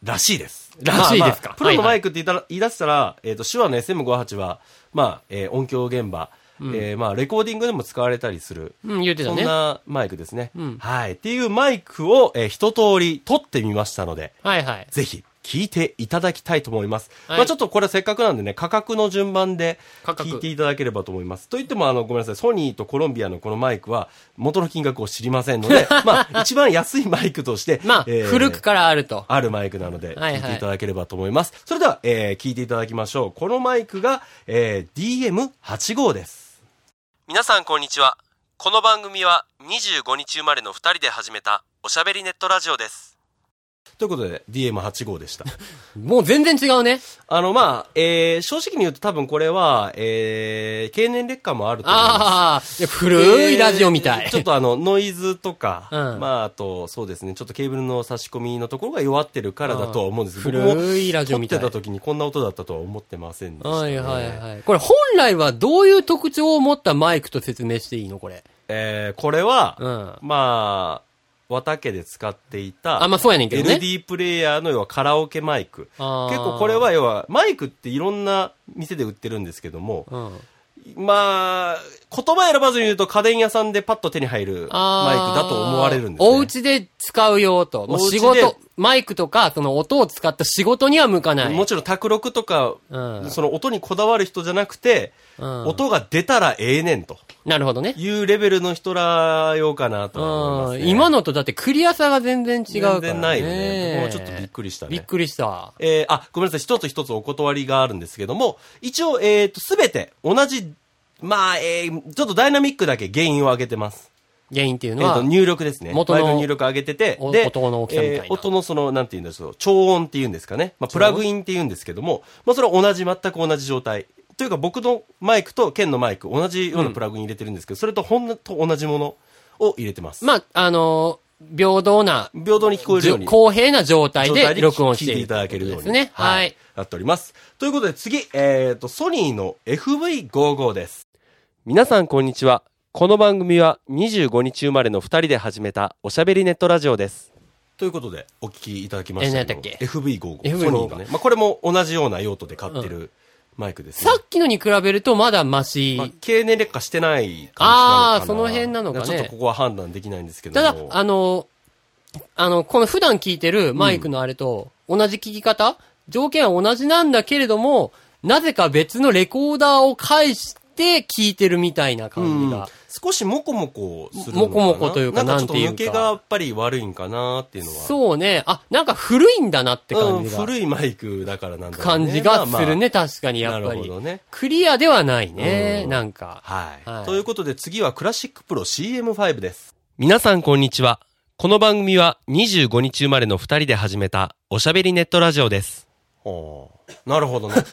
[SPEAKER 1] らしいです。
[SPEAKER 2] らしいですか
[SPEAKER 1] まあまあプロの
[SPEAKER 2] はいはい
[SPEAKER 1] マイクって言いたら言い出したら、えっ、と、手話の SM58 は、まあ、えー音響現場、えーまあ、レコーディングでも使われたりする、
[SPEAKER 2] うん、言って
[SPEAKER 1] そ
[SPEAKER 2] た
[SPEAKER 1] ん
[SPEAKER 2] ね。は
[SPEAKER 1] なマイクですね。
[SPEAKER 2] うん
[SPEAKER 1] はい。っていうマイクを、えー一通り撮ってみましたので、
[SPEAKER 2] いはい。
[SPEAKER 1] ぜひ、聞いていただきたいと思います。
[SPEAKER 2] はい
[SPEAKER 1] まあちょっとこれせっかくなんでね、価格の順番で
[SPEAKER 2] 価格
[SPEAKER 1] 聞いていただければと思います。と言っても、あの、ごめんなさい、ソニーとコロンビアのこのマイクは、元の金額を知りませんの で、まあ一番安いマイクとして、
[SPEAKER 2] まあ、
[SPEAKER 1] えー
[SPEAKER 2] 古くからあると。
[SPEAKER 1] あるマイクなので、
[SPEAKER 2] はいは
[SPEAKER 1] 聞
[SPEAKER 2] い
[SPEAKER 1] いていただければと思います。それでは、えー聞いていただきましょう。このマイクが、えー DM85 です。皆さん、こんにちは。この番組は25日生まれの2人で始めたおしゃべりネットラジオです。ということで、DM85 でした。
[SPEAKER 2] もう全然違うね。
[SPEAKER 1] あの、まあ、えー正直に言うと多分これは、えー経年劣化もあると思います。
[SPEAKER 2] ああ、いや古いラジオみた
[SPEAKER 1] え
[SPEAKER 2] い
[SPEAKER 1] ーち。ょっとあの、ノイズとか、
[SPEAKER 2] うん
[SPEAKER 1] まあ、あと、そうですね、ちょっとケーブルの差し込みのところが弱ってるからだとは思うんですけど、僕も
[SPEAKER 2] 古いラジオみたい
[SPEAKER 1] 撮ってた時にこんな音だったとは思ってませんでした、ね。
[SPEAKER 2] はいはいはい。これ本来はどういう特徴を持ったマイクと説明していいのこれ。
[SPEAKER 1] えーこれは、
[SPEAKER 2] うん。
[SPEAKER 1] まあ、綿家で使っていた、
[SPEAKER 2] あ、まあそうやねんけどね。
[SPEAKER 1] LD プレイヤーの要はカラオケマイク。結
[SPEAKER 2] あー
[SPEAKER 1] 構これは要は、マイクっていろんな店で売ってるんですけども、
[SPEAKER 2] うん。
[SPEAKER 1] まあ、言葉選ばずに言うと家電屋さんでパッと手に入るマイクだと思われるんです、ね。
[SPEAKER 2] お家で使う用と。もう仕
[SPEAKER 1] お家で
[SPEAKER 2] 事、マイクとか、その音を使った仕事には向かない。
[SPEAKER 1] もちろん卓録とか、
[SPEAKER 2] うん
[SPEAKER 1] その音にこだわる人じゃなくて、
[SPEAKER 2] うん
[SPEAKER 1] 音が出たらええねんと
[SPEAKER 2] なるほどね。
[SPEAKER 1] いうレベルの人らようかなとは思います、
[SPEAKER 2] うん
[SPEAKER 1] ね。
[SPEAKER 2] 今のとだってクリアさが全然違うから、ね。
[SPEAKER 1] 全然ないよね僕もちょっとびっくりしたね
[SPEAKER 2] びっくりした。
[SPEAKER 1] えーあ、ごめんなさい。一つ一つお断りがあるんですけども、一応、えっ、と、すべて同じ、まあ、えーちょっとダイナミックだけ原因を上げてます。
[SPEAKER 2] 原因っていう
[SPEAKER 1] えっ、
[SPEAKER 2] のは、
[SPEAKER 1] と、入力ですね。
[SPEAKER 2] 元の
[SPEAKER 1] マイク入力上げてて、
[SPEAKER 2] お
[SPEAKER 1] で、
[SPEAKER 2] 音の大きさみたいな
[SPEAKER 1] えー音のその、なんて言うんでしょう、超音っていうんですかね。まあ、プラグインっていうんですけども、まあ、それは同じ、全く同じ状態。というか、僕のマイクと剣のマイク、同じようなプラグイン入れてるんですけど、それとほんと同じものを入れてます。
[SPEAKER 2] まあ、あのー平等な、
[SPEAKER 1] 平等に聞こえるように。
[SPEAKER 2] 公平な状態
[SPEAKER 1] 状
[SPEAKER 2] で
[SPEAKER 1] 態
[SPEAKER 2] 録音し
[SPEAKER 1] 聞い
[SPEAKER 2] てい
[SPEAKER 1] て
[SPEAKER 2] る
[SPEAKER 1] いただけるように。
[SPEAKER 2] ですね。はい。
[SPEAKER 1] なっております。ということで次、えっ、と、ソニーの FV55 です。皆さんこんにちは。この番組は25日生まれの2人で始めたおしゃべりネットラジオです。ということで、お聞きいただきましたけど。
[SPEAKER 2] え何やったっ
[SPEAKER 1] FV55。
[SPEAKER 2] FV55
[SPEAKER 1] ソニーのね。まあ、これも同じような用途で買ってるマイクです、ね
[SPEAKER 2] さっきのに比べるとまだマシ。
[SPEAKER 1] まあ、経年劣化してない感じなのかな
[SPEAKER 2] あーその辺なのかね
[SPEAKER 1] ちょっとここは判断できないんですけど
[SPEAKER 2] ただ
[SPEAKER 1] も。、
[SPEAKER 2] あのーあの、この普段聞いてるマイクのあれと同じ聞き方、条件は同じなんだけれども、なぜか別のレコーダーを介して聞いてるみたいな感じが。
[SPEAKER 1] 少しもこもこするのかな
[SPEAKER 2] もこもこというか
[SPEAKER 1] なんかちょっと
[SPEAKER 2] なん
[SPEAKER 1] 抜
[SPEAKER 2] てい
[SPEAKER 1] け
[SPEAKER 2] うか
[SPEAKER 1] がやっぱり悪いんかなっていうのは
[SPEAKER 2] そうね。あ、なんか古いんだなって感じが。
[SPEAKER 1] うん古いマイクだからなんだろう
[SPEAKER 2] 感じがするね、確かにやっ
[SPEAKER 1] な
[SPEAKER 2] ぱ
[SPEAKER 1] るほ
[SPEAKER 2] り、
[SPEAKER 1] どね
[SPEAKER 2] クリアではないね、
[SPEAKER 1] うん
[SPEAKER 2] なんか。
[SPEAKER 1] まあまあはい、
[SPEAKER 2] はい
[SPEAKER 1] ということで次はクラシックプロ CM5 です皆さんこんにちはこの番組は25日生まれの2人で始めたおしゃべりネットラジオですなるほ どね
[SPEAKER 2] え
[SPEAKER 1] え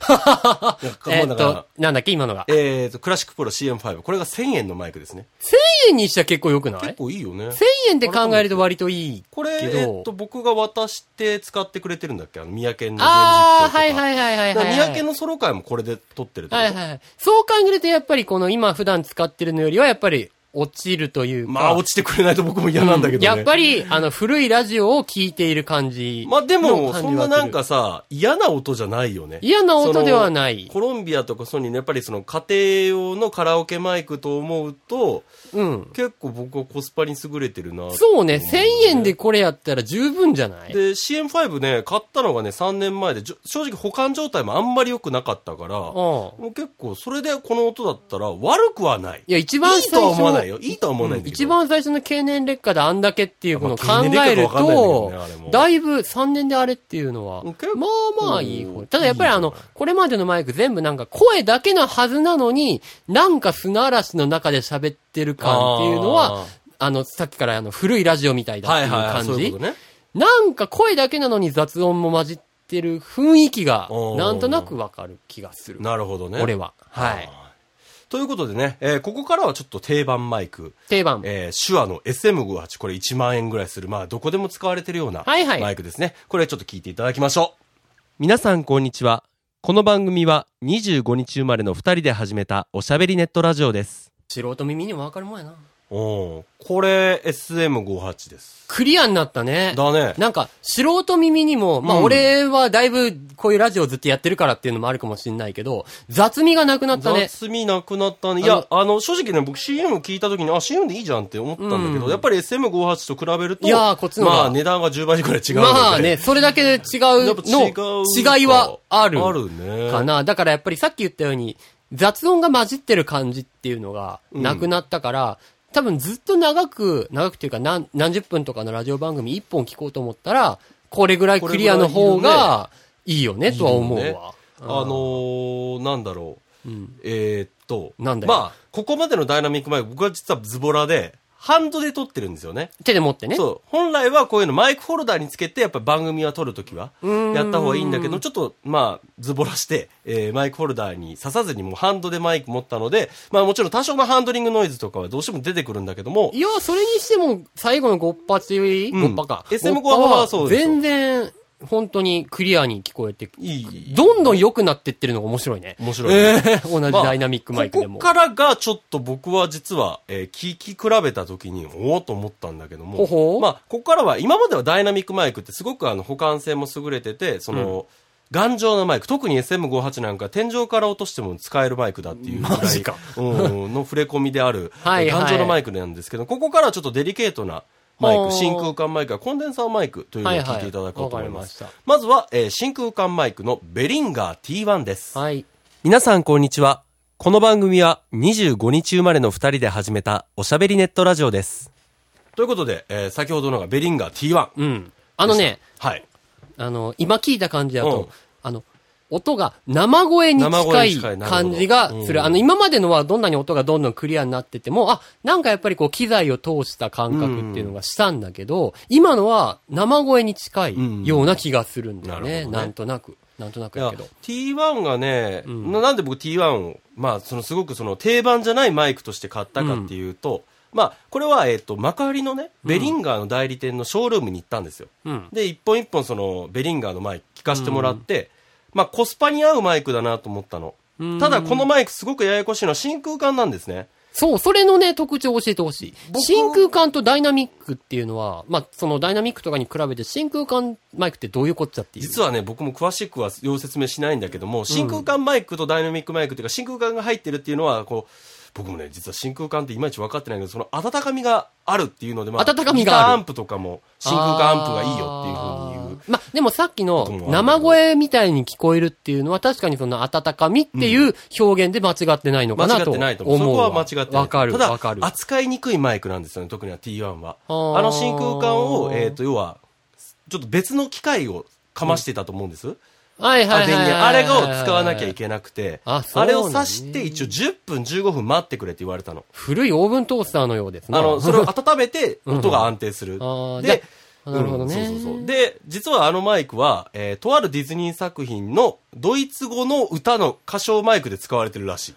[SPEAKER 2] ーっと、なんだっけ、今のが。
[SPEAKER 1] えーとクラシックプロ CM5 これが1000円のマイクですね
[SPEAKER 2] 1000円にしては結構良くない
[SPEAKER 1] 結
[SPEAKER 2] ?1000
[SPEAKER 1] 構いいよね
[SPEAKER 2] 円で考えると割といいけど。
[SPEAKER 1] これ、えっと、僕が渡して使ってくれてるんだっけあの、三宅の
[SPEAKER 2] ああ、
[SPEAKER 1] ゲー
[SPEAKER 2] は
[SPEAKER 1] ム実況とか
[SPEAKER 2] いはいはいはい
[SPEAKER 1] だ
[SPEAKER 2] は
[SPEAKER 1] から
[SPEAKER 2] い。
[SPEAKER 1] 三宅のソロ回もこれで撮ってるってこと
[SPEAKER 2] はいはい。そう考えると、やっぱりこの今普段使ってるのよりは、やっぱり落ちるというか。
[SPEAKER 1] まあ、落ちてくれないと僕も嫌なんだけどね。
[SPEAKER 2] やっぱり、あの、古いラジオを聞いている感じ。
[SPEAKER 1] まあで
[SPEAKER 2] の
[SPEAKER 1] も、
[SPEAKER 2] 感
[SPEAKER 1] そ
[SPEAKER 2] じ
[SPEAKER 1] ん
[SPEAKER 2] は
[SPEAKER 1] な
[SPEAKER 2] する
[SPEAKER 1] なんかさ、嫌な音じゃないよね。
[SPEAKER 2] 嫌な音ではな
[SPEAKER 1] そ
[SPEAKER 2] い
[SPEAKER 1] のコロンビアとかソニーのやっぱりその家庭用のカラオケマイクと思うと、
[SPEAKER 2] うん。
[SPEAKER 1] 結構僕はコスパに優れてるな。
[SPEAKER 2] そうね、1000円でこれやったら十分じゃない
[SPEAKER 1] で、CM5 ね、買ったのがね、3年前で、じょ正直保管状態もあんまり良くなかったから、
[SPEAKER 2] うん。
[SPEAKER 1] もう結構、それでこの音だったら悪くはない。
[SPEAKER 2] いや、一番
[SPEAKER 1] いいとは
[SPEAKER 2] 最初
[SPEAKER 1] 思わないないよ。いいとは思わないんだけど。
[SPEAKER 2] 一番最初の経年劣化であんだけっていうものを考
[SPEAKER 1] まあ経年
[SPEAKER 2] え
[SPEAKER 1] 劣
[SPEAKER 2] る
[SPEAKER 1] 化かわかんないんだけど
[SPEAKER 2] と
[SPEAKER 1] ねあれも、
[SPEAKER 2] だいぶ3年であれっていうのは、ま
[SPEAKER 1] 結構
[SPEAKER 2] あまあいい方。ただやっぱり
[SPEAKER 1] いい
[SPEAKER 2] あの、これまでのマイク全部なんか声だけのはずなのに、なんか砂嵐の中で喋ってる感っていうのは、あの、さっきからあの、古いラジオみたいだっ
[SPEAKER 1] は
[SPEAKER 2] て
[SPEAKER 1] い
[SPEAKER 2] いう
[SPEAKER 1] はいはい、
[SPEAKER 2] 感
[SPEAKER 1] そういう
[SPEAKER 2] じ
[SPEAKER 1] ことね。
[SPEAKER 2] なんか声だけなのに雑音も混じってる雰囲気が、
[SPEAKER 1] おー
[SPEAKER 2] なんとなくわかる気がする。
[SPEAKER 1] なるほどね。
[SPEAKER 2] 俺は。はい。
[SPEAKER 1] ということでね、えーここからはちょっと定番マイク。
[SPEAKER 2] 定番。
[SPEAKER 1] えー、手話の SM58、これ1万円ぐらいする、まあ、どこでも使われてるような
[SPEAKER 2] はいはい
[SPEAKER 1] マイクですね。これちょっと聞いていただきましょう。皆さん、こんにちは。この番組は25日生まれの2人で始めたおしゃべりネットラジオです。
[SPEAKER 2] 素人耳にもわかるもんやな。
[SPEAKER 1] おーこれ SM58 です。
[SPEAKER 2] クリアになったね。
[SPEAKER 1] だね。
[SPEAKER 2] なんか、素人耳にも、まあ
[SPEAKER 1] うん
[SPEAKER 2] 俺はだいぶこういうラジオずっとやってるからっていうのもあるかもしんないけど、雑味がなくなったね。
[SPEAKER 1] 雑味なくなったね。いや、あの、正直ね、僕 CM 聞いた時に、あ、CM でいいじゃんって思ったんだけど、やっぱり SM58 と比べると、
[SPEAKER 2] いやーこっちの方が
[SPEAKER 1] まあ、値段が10倍ぐらい違うので。
[SPEAKER 2] まあね、それだけで違う
[SPEAKER 1] やっぱ違うか
[SPEAKER 2] の、違いはある
[SPEAKER 1] あるね。
[SPEAKER 2] かな。だからやっぱりさっき言ったように、雑音が混じってる感じっていうのがなくなったから、多分ずっと長く、長くっていうか何何十分とかのラジオ番組一本聞こうと思ったら、これぐらいクリアの方がいいよねとは思う
[SPEAKER 1] いいよね
[SPEAKER 2] わ。
[SPEAKER 1] あのー、なんだろう。えーっと。
[SPEAKER 2] なんだよ
[SPEAKER 1] まあ、ここまでのダイナミックマイク、僕は実はズボラで、ハンドで撮ってるんですよね。
[SPEAKER 2] 手で持ってね。
[SPEAKER 1] そう。本来はこういうのマイクホルダーにつけて、やっぱ番組は撮るときは、
[SPEAKER 2] ーん
[SPEAKER 1] やった方がいいんだけど、ちょっと、まあ、ズボラして、えーマイクホルダーに刺さずにもうハンドでマイク持ったので、まあもちろん多少のハンドリングノイズとかはどうしても出てくるんだけども、
[SPEAKER 2] いや、それにしても、最後の5発より、
[SPEAKER 1] うん
[SPEAKER 2] 5発か。
[SPEAKER 1] SM5
[SPEAKER 2] ごっぱ
[SPEAKER 1] はそうですよ
[SPEAKER 2] 全然、本当にクリアに聞こえて、
[SPEAKER 1] いい。
[SPEAKER 2] どんどん良くなってってるのが面白いね。
[SPEAKER 1] 面白いね
[SPEAKER 2] ええ 同じダイナミックマイクで
[SPEAKER 1] まあ
[SPEAKER 2] も。
[SPEAKER 1] ここからがちょっと僕は実は、えー聞き比べた時に、おおと思ったんだけども。
[SPEAKER 2] ほほ
[SPEAKER 1] まあ、ここからは、今まではダイナミックマイクってすごくあの、補完性も優れてて、その、頑丈なマイク、特に SM58 なんか天井から落としても使えるマイクだっていうぐらい
[SPEAKER 2] マジか
[SPEAKER 1] うん、の触れ込みである、
[SPEAKER 2] はい
[SPEAKER 1] えー頑丈
[SPEAKER 2] は
[SPEAKER 1] ないマイクなんですけど、ここからはちょっとデリケートなマイク、
[SPEAKER 2] ほう
[SPEAKER 1] 真空管マイクやコンデンサーマイクというのを聞いていただこうと思います。
[SPEAKER 2] はいはいわかりまし
[SPEAKER 1] まずは、えー真空管マイクのベリンガー T1 です。
[SPEAKER 2] はい。
[SPEAKER 1] 皆さんこんにちは。この番組は25日生まれの二人で始めたおしゃべりネットラジオです。ということで、えー先ほどのがベリンガー T1。
[SPEAKER 2] うん。あのね、
[SPEAKER 1] はい。
[SPEAKER 2] あの、今聞いた感じだ
[SPEAKER 1] うん
[SPEAKER 2] と、あの、音が生声に
[SPEAKER 1] 生声
[SPEAKER 2] 近
[SPEAKER 1] に
[SPEAKER 2] い
[SPEAKER 1] 近いなるほど
[SPEAKER 2] 感じがする。
[SPEAKER 1] うん
[SPEAKER 2] あの、今までのはどんなに音がどんどんクリアになってても、あ、なんかやっぱりこう機材を通した感覚っていうのがしたんだけど、今のは生声に近いような気がするんだよね。
[SPEAKER 1] うんなるほどね
[SPEAKER 2] なんとなく。なんとなく
[SPEAKER 1] い
[SPEAKER 2] や
[SPEAKER 1] や
[SPEAKER 2] けど。、
[SPEAKER 1] T1 がね、ななんで僕 T1 を、まあ、そのすごくその定番じゃないマイクとして買ったかっていうと、まあ、これは、えっ、と、幕張のね、ベリンガーの代理店のショールームに行ったんですよ。
[SPEAKER 2] うん。
[SPEAKER 1] で、一本一本その、ベリンガーのマイク聞かせてもらって、まあ、コスパに合うマイクだなと思ったの。
[SPEAKER 2] うん
[SPEAKER 1] ただ、このマイクすごくややこしいのは真空管なんですね。
[SPEAKER 2] そう、それのね、特徴を教えてほしい。
[SPEAKER 1] 僕
[SPEAKER 2] 真空管とダイナミックっていうのは、まあ、そのダイナミックとかに比べて真空管マイクってどういうこっちゃっていう。
[SPEAKER 1] 実はね、僕も詳しくは要説明しないんだけども、真空管マイクとダイナミックマイクっていうか、真空管が入ってるっていうのは、こう、僕もね、実は真空管っていまいち分かってないけど、その温かみがあるっていうので、まあ、
[SPEAKER 2] 温かみがある
[SPEAKER 1] ギターアンプとかも、真空管アンプがいいよっていうふうに言う。
[SPEAKER 2] あーまあ、でもさっきの
[SPEAKER 1] こともある
[SPEAKER 2] 生声みたいに聞こえるっていうのは確かにその温かみっていう表現で間違ってないのか
[SPEAKER 1] 間
[SPEAKER 2] な
[SPEAKER 1] 違
[SPEAKER 2] と
[SPEAKER 1] って
[SPEAKER 2] 思うわ。
[SPEAKER 1] ないと思う。そこは間違ってない。
[SPEAKER 2] わかる、
[SPEAKER 1] ただ
[SPEAKER 2] わかる。
[SPEAKER 1] 扱いにくいマイクなんですよね、特には T1 は。あ
[SPEAKER 2] あー
[SPEAKER 1] の真空管を、えっ、と、要は、ちょっと別の機械をかましてたと思うんです。
[SPEAKER 2] はいはい
[SPEAKER 1] 家
[SPEAKER 2] はい
[SPEAKER 1] 電
[SPEAKER 2] はい
[SPEAKER 1] に
[SPEAKER 2] はい。
[SPEAKER 1] あれを使わなきゃいけなくて、
[SPEAKER 2] あそう
[SPEAKER 1] あ
[SPEAKER 2] なん
[SPEAKER 1] れ
[SPEAKER 2] だね
[SPEAKER 1] を挿して一応10分15分待ってくれって言われたの。
[SPEAKER 2] 古いオーブントースターのようですね。
[SPEAKER 1] あの、それを温め て音が安定する
[SPEAKER 2] あ。ー
[SPEAKER 1] で、
[SPEAKER 2] じゃあなるほどね
[SPEAKER 1] うんそうそうそう。で、実はあのマイクは、えーとあるディズニー作品のドイツ語の歌の歌唱マイクで使われてるらしい。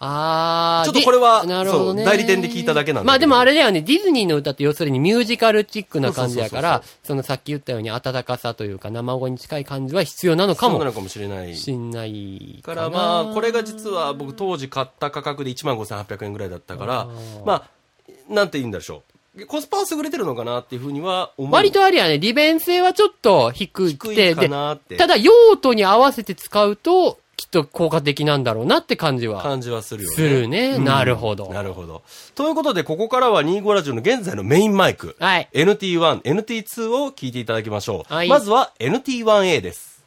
[SPEAKER 2] あー
[SPEAKER 1] ちょっとこれは
[SPEAKER 2] でなるほどね。
[SPEAKER 1] そう代理店で聞いただけなんだけど
[SPEAKER 2] まあでもあれだよね、ディズニーの歌って要するにミュージカルチックな感じやか
[SPEAKER 1] そう
[SPEAKER 2] ら、そのさっき言ったように温かさというか生声に近い感じは必要なのか
[SPEAKER 1] そうな
[SPEAKER 2] も
[SPEAKER 1] のかもしれない。
[SPEAKER 2] しんない
[SPEAKER 1] か
[SPEAKER 2] からな。
[SPEAKER 1] まあ、これが実は僕当時買った価格で1万5800円ぐらいだったから、まあ、なんて言うんでしょう。コスパは優れてるのかなっていうふうには思う。
[SPEAKER 2] 割とあれやね、利便性はちょっと低く
[SPEAKER 1] 低
[SPEAKER 2] て、
[SPEAKER 1] いかなって
[SPEAKER 2] で、ただ用途に合わせて使うと、きっと効果的なんだろうなって感じは
[SPEAKER 1] 感じはするよね。
[SPEAKER 2] するね。
[SPEAKER 1] うん
[SPEAKER 2] なるほど。
[SPEAKER 1] なるほど。ということで、ここからは25ラジオの現在のメインマイク。
[SPEAKER 2] はい。
[SPEAKER 1] NT1、NT2 を聞いていただきましょう。
[SPEAKER 2] はい
[SPEAKER 1] まずは NT1A です。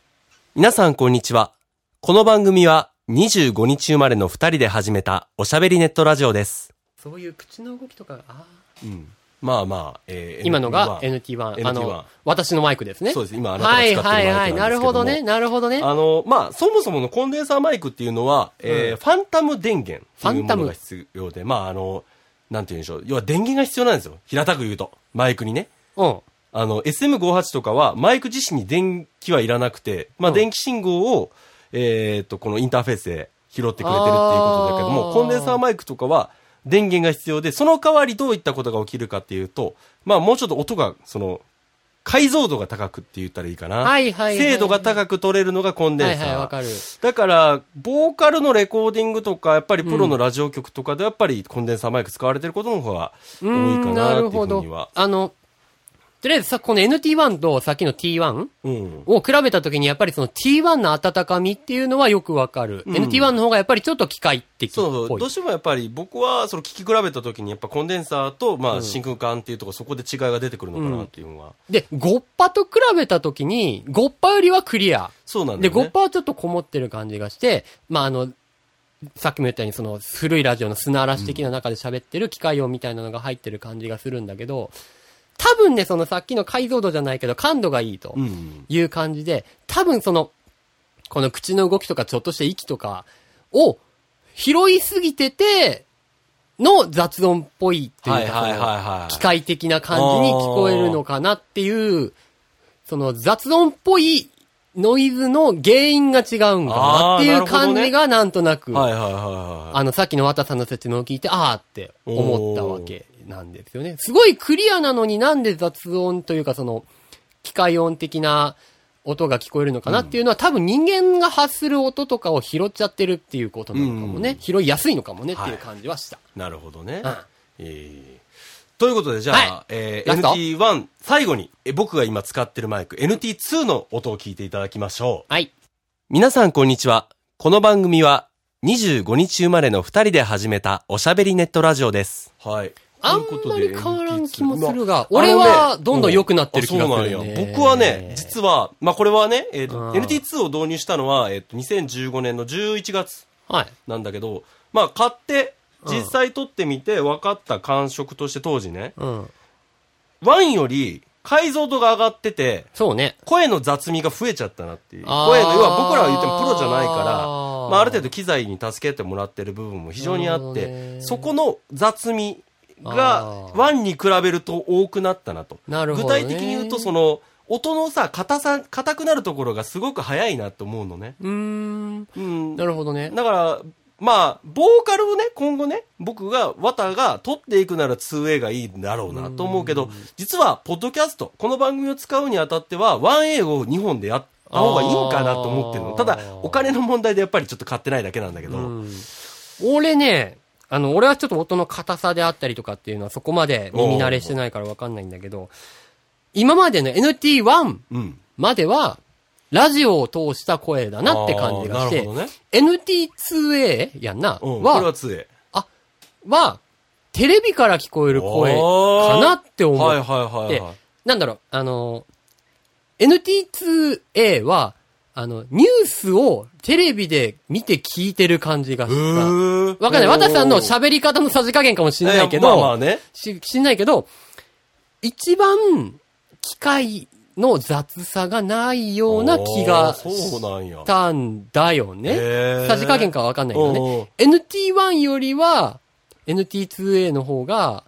[SPEAKER 1] 皆さんこんにちは。この番組は25日生まれの2人で始めたおしゃべりネットラジオです。
[SPEAKER 2] そういう口の動きとかが、あ
[SPEAKER 1] うん。まあまあ、えー
[SPEAKER 2] ー今のが
[SPEAKER 1] NT1
[SPEAKER 2] NT1。
[SPEAKER 1] NT1
[SPEAKER 2] あの、私のマイクですね。
[SPEAKER 1] そうです今あなたが
[SPEAKER 2] は
[SPEAKER 1] 使って
[SPEAKER 2] い
[SPEAKER 1] るマ
[SPEAKER 2] はいは
[SPEAKER 1] イ
[SPEAKER 2] い。
[SPEAKER 1] クな
[SPEAKER 2] なん
[SPEAKER 1] ですけ
[SPEAKER 2] る
[SPEAKER 1] ど
[SPEAKER 2] ほ
[SPEAKER 1] も
[SPEAKER 2] どね。なるほどね。
[SPEAKER 1] あの、まあ、そもそものコンデンサーマイクっていうのは、えーファンタム電源っていう
[SPEAKER 2] ファン
[SPEAKER 1] も
[SPEAKER 2] タ
[SPEAKER 1] の
[SPEAKER 2] ム
[SPEAKER 1] が必要で、まあ、あの、なんて言うんでしょう。要は電源が必要なんですよ。平たく言うと。マイクにね。
[SPEAKER 2] うん。
[SPEAKER 1] あの、SM58 とかは、マイク自身に電気はいらなくて、まあ、
[SPEAKER 2] うん
[SPEAKER 1] 電気信号を、えーっと、このインターフェースで拾ってくれてるっていうことだけども、
[SPEAKER 2] あー
[SPEAKER 1] コンデンサーマイクとかは、電源が必要で、その代わりどういったことが起きるかっていうと、まあ、もうちょっと音が、その、解像度が高くって言ったらいいかな。
[SPEAKER 2] はいはいはい
[SPEAKER 1] 精度が高く取れるのがコン
[SPEAKER 2] は
[SPEAKER 1] デン
[SPEAKER 2] い
[SPEAKER 1] サー。
[SPEAKER 2] はい、わかる。
[SPEAKER 1] だから、ボーカルのレコーディングとか、やっぱりプロのラジオ局とかで、やっぱりコンデンサーマイク使われてることの方が多
[SPEAKER 2] う
[SPEAKER 1] い
[SPEAKER 2] ー
[SPEAKER 1] か
[SPEAKER 2] ん、
[SPEAKER 1] な
[SPEAKER 2] な
[SPEAKER 1] ってい
[SPEAKER 2] る
[SPEAKER 1] うふ
[SPEAKER 2] ほ
[SPEAKER 1] うには
[SPEAKER 2] ど。。あの、とりあえずさ、この NT1 とさっきの T1
[SPEAKER 1] うん。
[SPEAKER 2] を比べたときに、やっぱりその T1 の温かみっていうのはよくわかる。NT1 の方がやっぱりちょっと機械的っぽい。
[SPEAKER 1] そうそう。どうしてもやっぱり僕は、その聞き比べた時に、やっぱコンデンサーと、まあ、真空管っていうところ、そこで違いが出てくるのかなっていうのは。
[SPEAKER 2] で、ゴッパと比べたときに、ゴッパよりはクリア。
[SPEAKER 1] そうなんだ
[SPEAKER 2] で、
[SPEAKER 1] よね。
[SPEAKER 2] ゴッパはちょっとこもってる感じがして、まあ、あの、さっきも言ったように、その、古いラジオの砂嵐的な中で喋ってる機械音みたいなのが入ってる感じがするんだけど、多分ね、そのさっきの解像度じゃないけど、感度がいいと
[SPEAKER 1] うん。
[SPEAKER 2] いう感じで、多分その、この口の動きとか、ちょっとした息とかを拾いすぎてて、の雑音っぽいっていうか、
[SPEAKER 1] はいはいはいはい。
[SPEAKER 2] 機械的な感じに聞こえるのかなっていう、その雑音っぽいノイズの原因が違うんかなってい
[SPEAKER 1] あーなる
[SPEAKER 2] う
[SPEAKER 1] ほどね
[SPEAKER 2] 感じがなんとなく、
[SPEAKER 1] はいはいはいはい。
[SPEAKER 2] あの、さっきの綿さんの説明を聞いて、あーって思ったわけなんですよね。すごいクリアなのになんで雑音というかその、機械音的な音が聞こえるのかなっていうのは、多分人間が発する音とかを拾っちゃってるっていうことなのかもね。
[SPEAKER 1] うん
[SPEAKER 2] 拾いやすいのかもねっていう感じはした。
[SPEAKER 1] なるほどね。
[SPEAKER 2] うん
[SPEAKER 1] えーということで、じゃあ、
[SPEAKER 2] はい
[SPEAKER 1] え
[SPEAKER 2] ラスト
[SPEAKER 1] ー、NT1、最後に、え僕が今使ってるマイク、NT2 の音を聞いていただきましょう。
[SPEAKER 2] はい。
[SPEAKER 1] 皆さんこんにちは。この番組は25日生まれの二人で始めたおしゃべりネットラジオです。はい。
[SPEAKER 2] あんまり変わらん気もするが、
[SPEAKER 1] まあ
[SPEAKER 2] 俺
[SPEAKER 1] あの
[SPEAKER 2] は
[SPEAKER 1] ね
[SPEAKER 2] どんどん良くなってる気が
[SPEAKER 1] あそう
[SPEAKER 2] す
[SPEAKER 1] なん
[SPEAKER 2] る、
[SPEAKER 1] よ
[SPEAKER 2] ね。
[SPEAKER 1] 僕はね、実は、まあこれはね、えー
[SPEAKER 2] う
[SPEAKER 1] と
[SPEAKER 2] ん
[SPEAKER 1] NT2 を導入したのは、えっと2015年の11月
[SPEAKER 2] はい。
[SPEAKER 1] なんだけど、まあ買って、実際撮ってみて分かった感触として当時ね、
[SPEAKER 2] うん。
[SPEAKER 1] ワンより解像度が上がってて、
[SPEAKER 2] そうね。
[SPEAKER 1] 声の雑味が増えちゃったなっていう。
[SPEAKER 2] あー
[SPEAKER 1] 声の、要は僕らは言ってもプロじゃないから、
[SPEAKER 2] あー
[SPEAKER 1] まあある程度機材に助けてもらってる部分も非常にあっ
[SPEAKER 2] なるほど
[SPEAKER 1] て、
[SPEAKER 2] ね
[SPEAKER 1] そこの雑味が
[SPEAKER 2] あー
[SPEAKER 1] 1に比べると多くなったなと。
[SPEAKER 2] なるほ
[SPEAKER 1] 具
[SPEAKER 2] どね
[SPEAKER 1] 体的に言うと、その、音のさ、硬さ、硬くなるところがすごく早いなと思うのね。
[SPEAKER 2] うーん。
[SPEAKER 1] うん。
[SPEAKER 2] なるほどね。
[SPEAKER 1] だから、まあ、ボーカルをね、今後ね、僕が、ワタが取っていくなら 2A がいいんだろうなと思うけど、実は、ポッドキャスト、この番組を使うにあたっては、1A を2本でやった方がいいんかなと思ってるの。
[SPEAKER 2] あー
[SPEAKER 1] ただ、お金の問題でやっぱりちょっと買ってないだけなんだけど、
[SPEAKER 2] うん俺ね、あの、俺はちょっと音の硬さであったりとかっていうのはそこまで耳慣れしてないからわかんないんだけど、今までの NT1
[SPEAKER 1] うん。
[SPEAKER 2] までは、ラジオを通した声だなって感じがし
[SPEAKER 1] あー
[SPEAKER 2] て、
[SPEAKER 1] なるほどね。
[SPEAKER 2] NT2A やん
[SPEAKER 1] う
[SPEAKER 2] な、
[SPEAKER 1] ん。これは
[SPEAKER 2] は、
[SPEAKER 1] 2A。
[SPEAKER 2] は、テレビから聞こえる声かなって思
[SPEAKER 1] は
[SPEAKER 2] っ
[SPEAKER 1] いはいはい、
[SPEAKER 2] で
[SPEAKER 1] はい。
[SPEAKER 2] なんだろう、あの、NT2A は、あの、ニュースをテレビで見て聞いてる感じがした。わ
[SPEAKER 1] わ
[SPEAKER 2] かんない。私さんの
[SPEAKER 1] ゃ
[SPEAKER 2] 喋り方のさじ加減かもし
[SPEAKER 1] べ
[SPEAKER 2] んないけ
[SPEAKER 1] まあ
[SPEAKER 2] ど、
[SPEAKER 1] まあね。
[SPEAKER 2] し、しんないけど、一番機械の雑さがないような気が
[SPEAKER 1] あーそうなんや
[SPEAKER 2] したんだよね。
[SPEAKER 1] へー
[SPEAKER 2] さじ加減かはわかんないけどね。
[SPEAKER 1] うんうん
[SPEAKER 2] NT1 よりは、NT2A の方が、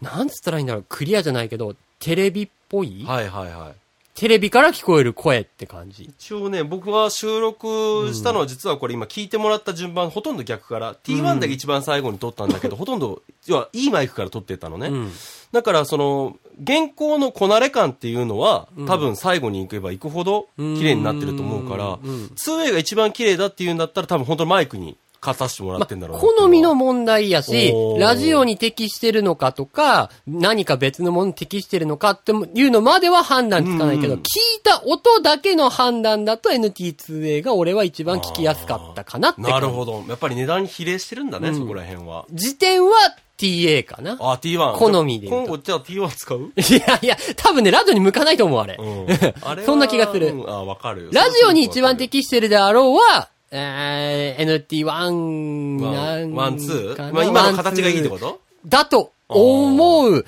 [SPEAKER 2] なんつったらいいんだろう、クリアじゃないけど、テレビっぽい、
[SPEAKER 1] はいはいはい。
[SPEAKER 2] テレビから聞こえる声って感じ。
[SPEAKER 1] 一応ね、僕は収録したのは実はこれ今聞いてもらった順番ほとんど逆から、T1 だけ一番最後に撮ったんだ けど、ほとんど、要はいいマイクから撮ってたのね。
[SPEAKER 2] うん。
[SPEAKER 1] だからその、原稿のこなれ感っていうのは、多分最後に行けば行くほど綺麗になってると思うから、
[SPEAKER 2] うんうん
[SPEAKER 1] 2way が一番綺麗だっていうんだったら多分本当にマイクに勝たせてもらってんだろうなっていうは
[SPEAKER 2] 好みの問題やし
[SPEAKER 1] お、ー
[SPEAKER 2] ラジオに適してるのかとか、何か別のものに適してるのかっていうのまでは判断つかないけど、
[SPEAKER 1] うん
[SPEAKER 2] 聞いた音だけの判断だと NT2A が俺は一番聞きやすかったかなって感じ
[SPEAKER 1] なるほど。やっぱり値段に比例してるんだね、そこら辺は。
[SPEAKER 2] 時点は TA かな。
[SPEAKER 1] あ、T1。
[SPEAKER 2] 好みで
[SPEAKER 1] 今
[SPEAKER 2] 言うと
[SPEAKER 1] 後じゃあ T1 使う
[SPEAKER 2] いやいや、多分ね、ラジオに向かないと思う、あれ。
[SPEAKER 1] うん
[SPEAKER 2] そんな気がする
[SPEAKER 1] あれはうんあ、わかるよ
[SPEAKER 2] ラジオに一番適してるであろうは、えー、NT1
[SPEAKER 1] ワ
[SPEAKER 2] なん
[SPEAKER 1] ン、
[SPEAKER 2] か
[SPEAKER 1] ワン、ツー
[SPEAKER 2] な
[SPEAKER 1] まあ今の形がいいってこ
[SPEAKER 2] ワンツ
[SPEAKER 1] と
[SPEAKER 2] ーだと思う。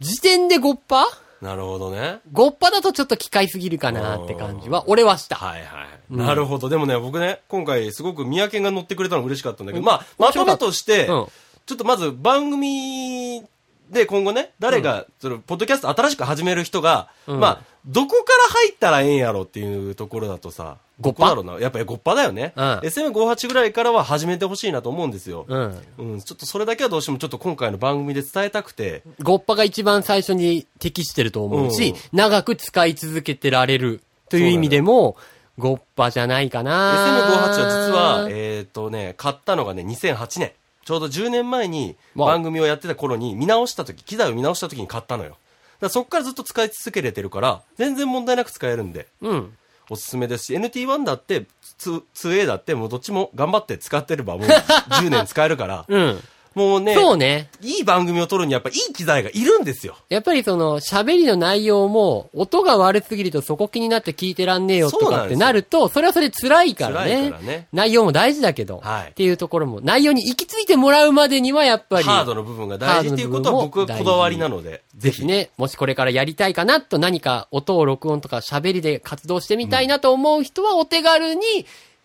[SPEAKER 2] 時点で5%パ
[SPEAKER 1] なるほどね。
[SPEAKER 2] 5%パだとちょっと機械すぎるかなって感じは、俺はした。
[SPEAKER 1] はいはい、なるほど。でもね、僕ね、今回すごく三宅が乗ってくれたの嬉しかったんだけど、まあ、まとめとして、
[SPEAKER 2] うん
[SPEAKER 1] ちょっとまず番組で今後ね、誰が、その、ポッドキャスト新しく始める人が、
[SPEAKER 2] うん
[SPEAKER 1] まあ、どこから入ったらええんやろっていうところだとさ、
[SPEAKER 2] ごっ
[SPEAKER 1] ど
[SPEAKER 2] ぱ
[SPEAKER 1] こだろうな。やっぱりごっぱだよね。
[SPEAKER 2] うん
[SPEAKER 1] SM58 ぐらいからは始めてほしいなと思うんですよ。
[SPEAKER 2] うん。
[SPEAKER 1] うん、ちょっとそれだけはどうしてもちょっと今回の番組で伝えたくて、
[SPEAKER 2] 5%パが一番最初に適してると思うし、長く使い続けてられるという意味でも、5%パじゃないか
[SPEAKER 1] SM58
[SPEAKER 2] な。
[SPEAKER 1] は実は、えっ、とね、買ったのがね、2008年。ちょうど10年前に
[SPEAKER 2] わお
[SPEAKER 1] 番組をやってた頃に見直した時、機材を見直した時に買ったのよ。だからそっからずっと使い続けれてるから、全然問題なく使えるんで、
[SPEAKER 2] うん。
[SPEAKER 1] おすすめですし、NT1 だって、2 2A だって、もうどっちも頑張って使ってれば もう10年使えるから、
[SPEAKER 2] うん。
[SPEAKER 1] もうね、
[SPEAKER 2] そうね。
[SPEAKER 1] いい番組を撮るにはやっぱいい機材がいるんですよ。
[SPEAKER 2] やっぱりその、喋りの内容も、音が悪すぎるとそこ気になって聞いてらんねえよとかってなると、それはそれ辛いから
[SPEAKER 1] 辛い
[SPEAKER 2] ね。
[SPEAKER 1] からね
[SPEAKER 2] 内容も大事だけど、
[SPEAKER 1] はい
[SPEAKER 2] っていうところも、内容に行き着いてもらうまでにはやっぱり、
[SPEAKER 1] ハードの部分が大事っていうことは僕はこだわりなので、ぜひ。
[SPEAKER 2] ね、もしこれからやりたいかなと何か音を録音とか喋りで活動してみたいなと思う人はお手軽に、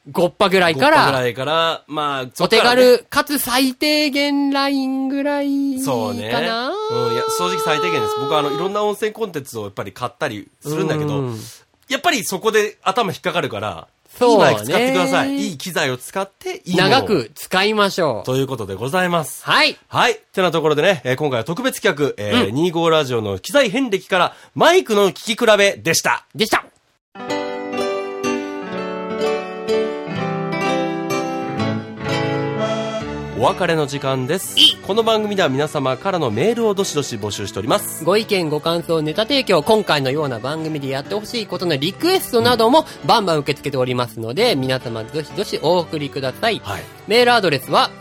[SPEAKER 2] 5パぐらいか
[SPEAKER 1] 5ぐ
[SPEAKER 2] ら、
[SPEAKER 1] らいから、まあ、そ
[SPEAKER 2] お
[SPEAKER 1] っか
[SPEAKER 2] 手
[SPEAKER 1] らね
[SPEAKER 2] 軽、かつ最低限ラインぐらい
[SPEAKER 1] そうね。
[SPEAKER 2] かな、
[SPEAKER 1] うん、いや、正直最低限です。僕はあの、いろんな温泉コンテンツをやっぱり買ったりするんだけど、
[SPEAKER 2] うん
[SPEAKER 1] やっぱりそこで頭引っかかるから、い
[SPEAKER 2] そうね
[SPEAKER 1] いマイク使ってください。いい機材を使って、いいものを
[SPEAKER 2] 長く使いましょう。
[SPEAKER 1] ということでございます。
[SPEAKER 2] はい。
[SPEAKER 1] はい。てなところでね、えー今回は特別企画、えー25ラジオの機材遍歴からマイクの聞き比べでした。
[SPEAKER 2] でした。
[SPEAKER 1] お別れの時間です
[SPEAKER 2] い。
[SPEAKER 1] この番組では皆様からのメールをどしどし募集しております。
[SPEAKER 2] ご意見、ご感想、ネタ提供、今回のような番組でやってほしいことのリクエストなどもバンバン受け付けておりますので、皆様どしどしお送りください。
[SPEAKER 1] はい。
[SPEAKER 2] メールアドレスは、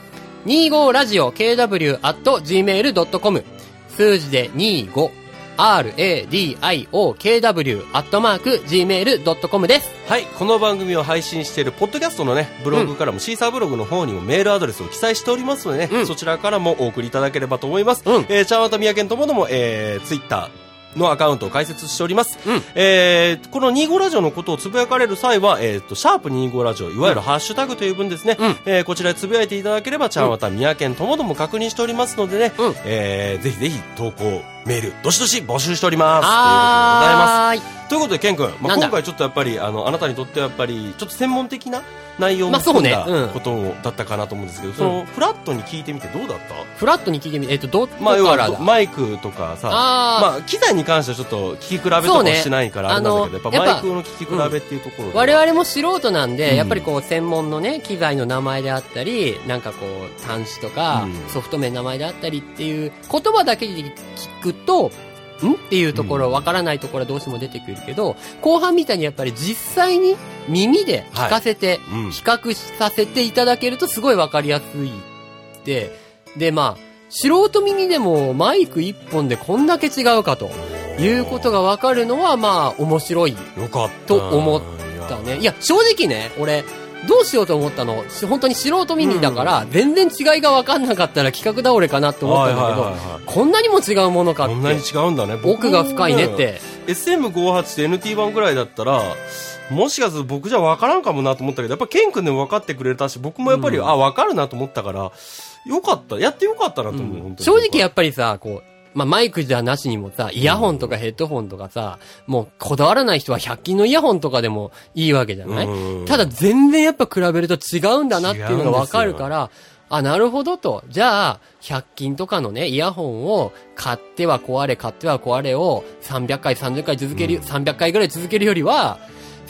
[SPEAKER 2] 25radio.kw.gmail.com 数字で 25radiokw.gmail.com です。
[SPEAKER 1] はい、この番組を配信しているポッドキャストのね、ブログからも、シーサーブログの方にもメールアドレスを記載しておりますのでね、
[SPEAKER 2] うん
[SPEAKER 1] そちらからもお送りいただければと思います。
[SPEAKER 2] うん
[SPEAKER 1] えー、ちゃんわたみやけんともども、えー、ツイッターのアカウントを開設しております。
[SPEAKER 2] うん
[SPEAKER 1] えー、この25ラジオのことをつぶやかれる際は、えっ、と、シャープ25ラジオ、いわゆるハッシュタグという分ですね、
[SPEAKER 2] うん
[SPEAKER 1] えー、こちらでつぶやいていただければ、ちゃんわたみやけんともども確認しておりますのでね、
[SPEAKER 2] うん
[SPEAKER 1] えー、ぜひぜひ投稿、メール、どしどし募集しております。ということでございます。
[SPEAKER 2] はーい。
[SPEAKER 1] ということで、ケン君、まあ、
[SPEAKER 2] なんだ
[SPEAKER 1] 今回ちょっとやっぱり、あの、あなたにとってはやっぱり、ちょっと専門的な内容も含ん
[SPEAKER 2] まあ
[SPEAKER 1] だ
[SPEAKER 2] そうねうん
[SPEAKER 1] ことだったかなと思うんですけど、その、フラットに聞いてみてどうだった
[SPEAKER 2] フラットに聞いてみて、えっと、どこ
[SPEAKER 1] まあ、要
[SPEAKER 2] から
[SPEAKER 1] は、
[SPEAKER 2] だ
[SPEAKER 1] マイクとかさ、
[SPEAKER 2] あー
[SPEAKER 1] まあ、機材に関してはちょっと聞き比べとか
[SPEAKER 2] そうね
[SPEAKER 1] してないからあれなんだけど、やっぱ
[SPEAKER 2] あのやっぱ
[SPEAKER 1] マイクの聞き比べっていうところで。
[SPEAKER 2] 我々も素人なんで、
[SPEAKER 1] うん
[SPEAKER 2] やっぱりこう、専門のね、機材の名前であったり、なんかこう、端子とか、
[SPEAKER 1] うん
[SPEAKER 2] ソフト面の名前であったりっていう、言葉だけで聞くと、んっていうところ、わからないところはどうしても出てくるけど、後半みたいにやっぱり実際に耳で聞かせて、
[SPEAKER 1] うん
[SPEAKER 2] 比較させていただけるとすごいわかりやすいって、で、まあ、素人耳でもマイク一本でこんだけ違うかということがわかるのは、まあ、面白い
[SPEAKER 1] よかった。
[SPEAKER 2] と思っだね。いや、正直ね、俺、どうしようと思ったの。し本当に素人耳だから、全然違いが分かんなかったら企画倒れかなって思ったんだけど、
[SPEAKER 1] はいはいはいはい
[SPEAKER 2] こんなにも違うものかっ
[SPEAKER 1] こんなに
[SPEAKER 2] て、
[SPEAKER 1] 違うんだね。僕
[SPEAKER 2] 奥が深いねっ。て。
[SPEAKER 1] SM58 と NT1 ぐらいだったら、もしかすると僕じゃ分からんかもなと思ったけど、やっぱケン君でも分かってくれたし、僕もやっぱり、
[SPEAKER 2] うん
[SPEAKER 1] あ、分かるなと思ったから、よかった。やってよかったなと思う、本当に
[SPEAKER 2] 正直やっぱりさ、こう、まあ、マイクじゃなしにもさ、イヤホンとかヘッドホンとかさ、もうこだわらない人は100均のイヤホンとかでもいいわけじゃない、
[SPEAKER 1] うん
[SPEAKER 2] ただ全然やっぱ比べると違うんだなっていうのがわかるから、あ、なるほどと。じゃあ、100均とかのね、イヤホンを買っては壊れ、買っては壊れを300回、30回続ける、
[SPEAKER 1] うん
[SPEAKER 2] 300回ぐらい続けるよりは、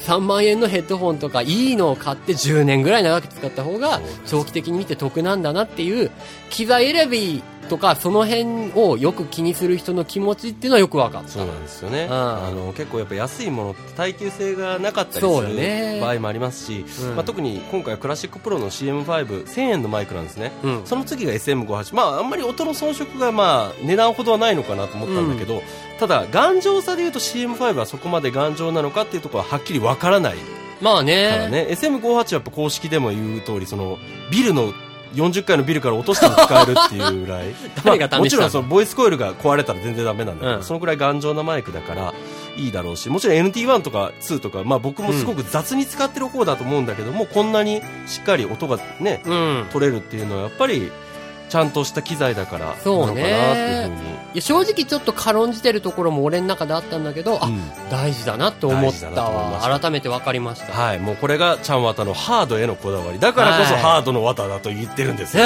[SPEAKER 2] 3万円のヘッドホンとかいいのを買って10年ぐらい長く使った方が長期的に見て得なんだなっていう機材選びとかその辺をよく気にする人の気持ちっていうのはよくわかった。
[SPEAKER 1] そうなんですよね、
[SPEAKER 2] うん
[SPEAKER 1] あの結構やっぱ安いものって耐久性がなかったり
[SPEAKER 2] そ
[SPEAKER 1] す
[SPEAKER 2] うだね
[SPEAKER 1] る場合もありますし、
[SPEAKER 2] うん
[SPEAKER 1] まあ、特に今回はクラシックプロの CM501000 円のマイクなんですね、
[SPEAKER 2] うん
[SPEAKER 1] その次が SM58 まああんまり音の遜色がまあ値段ほどはないのかなと思ったんだけど、ただ頑丈さでいうと CM5 はそこまで頑丈なのかっていうところははっきり分わからない
[SPEAKER 2] まあ
[SPEAKER 1] から
[SPEAKER 2] ね。
[SPEAKER 1] ね、SM58 はやっぱ公式でも言う通りそのビルの40階のビルから落としても使えるっていうぐら い
[SPEAKER 2] 誰が試した
[SPEAKER 1] まあ
[SPEAKER 2] の
[SPEAKER 1] もちろんそのボイスコイルが壊れたら全然ダメなんだけど、
[SPEAKER 2] うん
[SPEAKER 1] そのくらい頑丈なマイクだからいいだろうしもちろん NT1 とか2とか、まあ、僕もすごく雑に使ってる方だと思うんだけども、こんなにしっかり音がね
[SPEAKER 2] うん。
[SPEAKER 1] 取れるっていうのはやっぱりちゃんとした機材だからな
[SPEAKER 2] そう
[SPEAKER 1] のかなって
[SPEAKER 2] ね
[SPEAKER 1] いうふうに
[SPEAKER 2] いや正直ちょっと軽んじてるところも俺の中であったんだけど、あ、
[SPEAKER 1] うん
[SPEAKER 2] 大事だなと思っ
[SPEAKER 1] 大事だ
[SPEAKER 2] た
[SPEAKER 1] なと思いまし
[SPEAKER 2] わ。改めて分かりました。
[SPEAKER 1] はい、もうこれがちゃんわたのハードへのこだわりだからこそ
[SPEAKER 2] はい
[SPEAKER 1] ハードのわただと言ってるん ですよ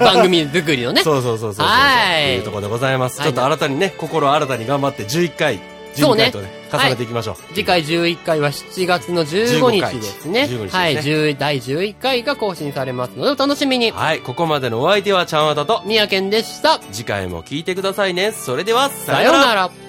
[SPEAKER 2] 番組作りのね。
[SPEAKER 1] そうそうそうそうそう。
[SPEAKER 2] はい
[SPEAKER 1] というところでございます。
[SPEAKER 2] はい
[SPEAKER 1] ちょっと新たにね、心新たに頑張って11回、12回とね、
[SPEAKER 2] そうね
[SPEAKER 1] 重ねていきましょう。
[SPEAKER 2] 次回11回は7月の15
[SPEAKER 1] 15
[SPEAKER 2] 日
[SPEAKER 1] 日
[SPEAKER 2] ですね。
[SPEAKER 1] 15日ですね
[SPEAKER 2] はい、10第11回が更新されますのでお楽しみに。
[SPEAKER 1] はい、ここまでのお相手はちゃんわたと、
[SPEAKER 2] 宮健でした。
[SPEAKER 1] 次回も聞いてくださいね。それでは、さ
[SPEAKER 2] さ
[SPEAKER 1] よ
[SPEAKER 2] よ
[SPEAKER 1] う
[SPEAKER 2] う
[SPEAKER 1] なら
[SPEAKER 2] なら。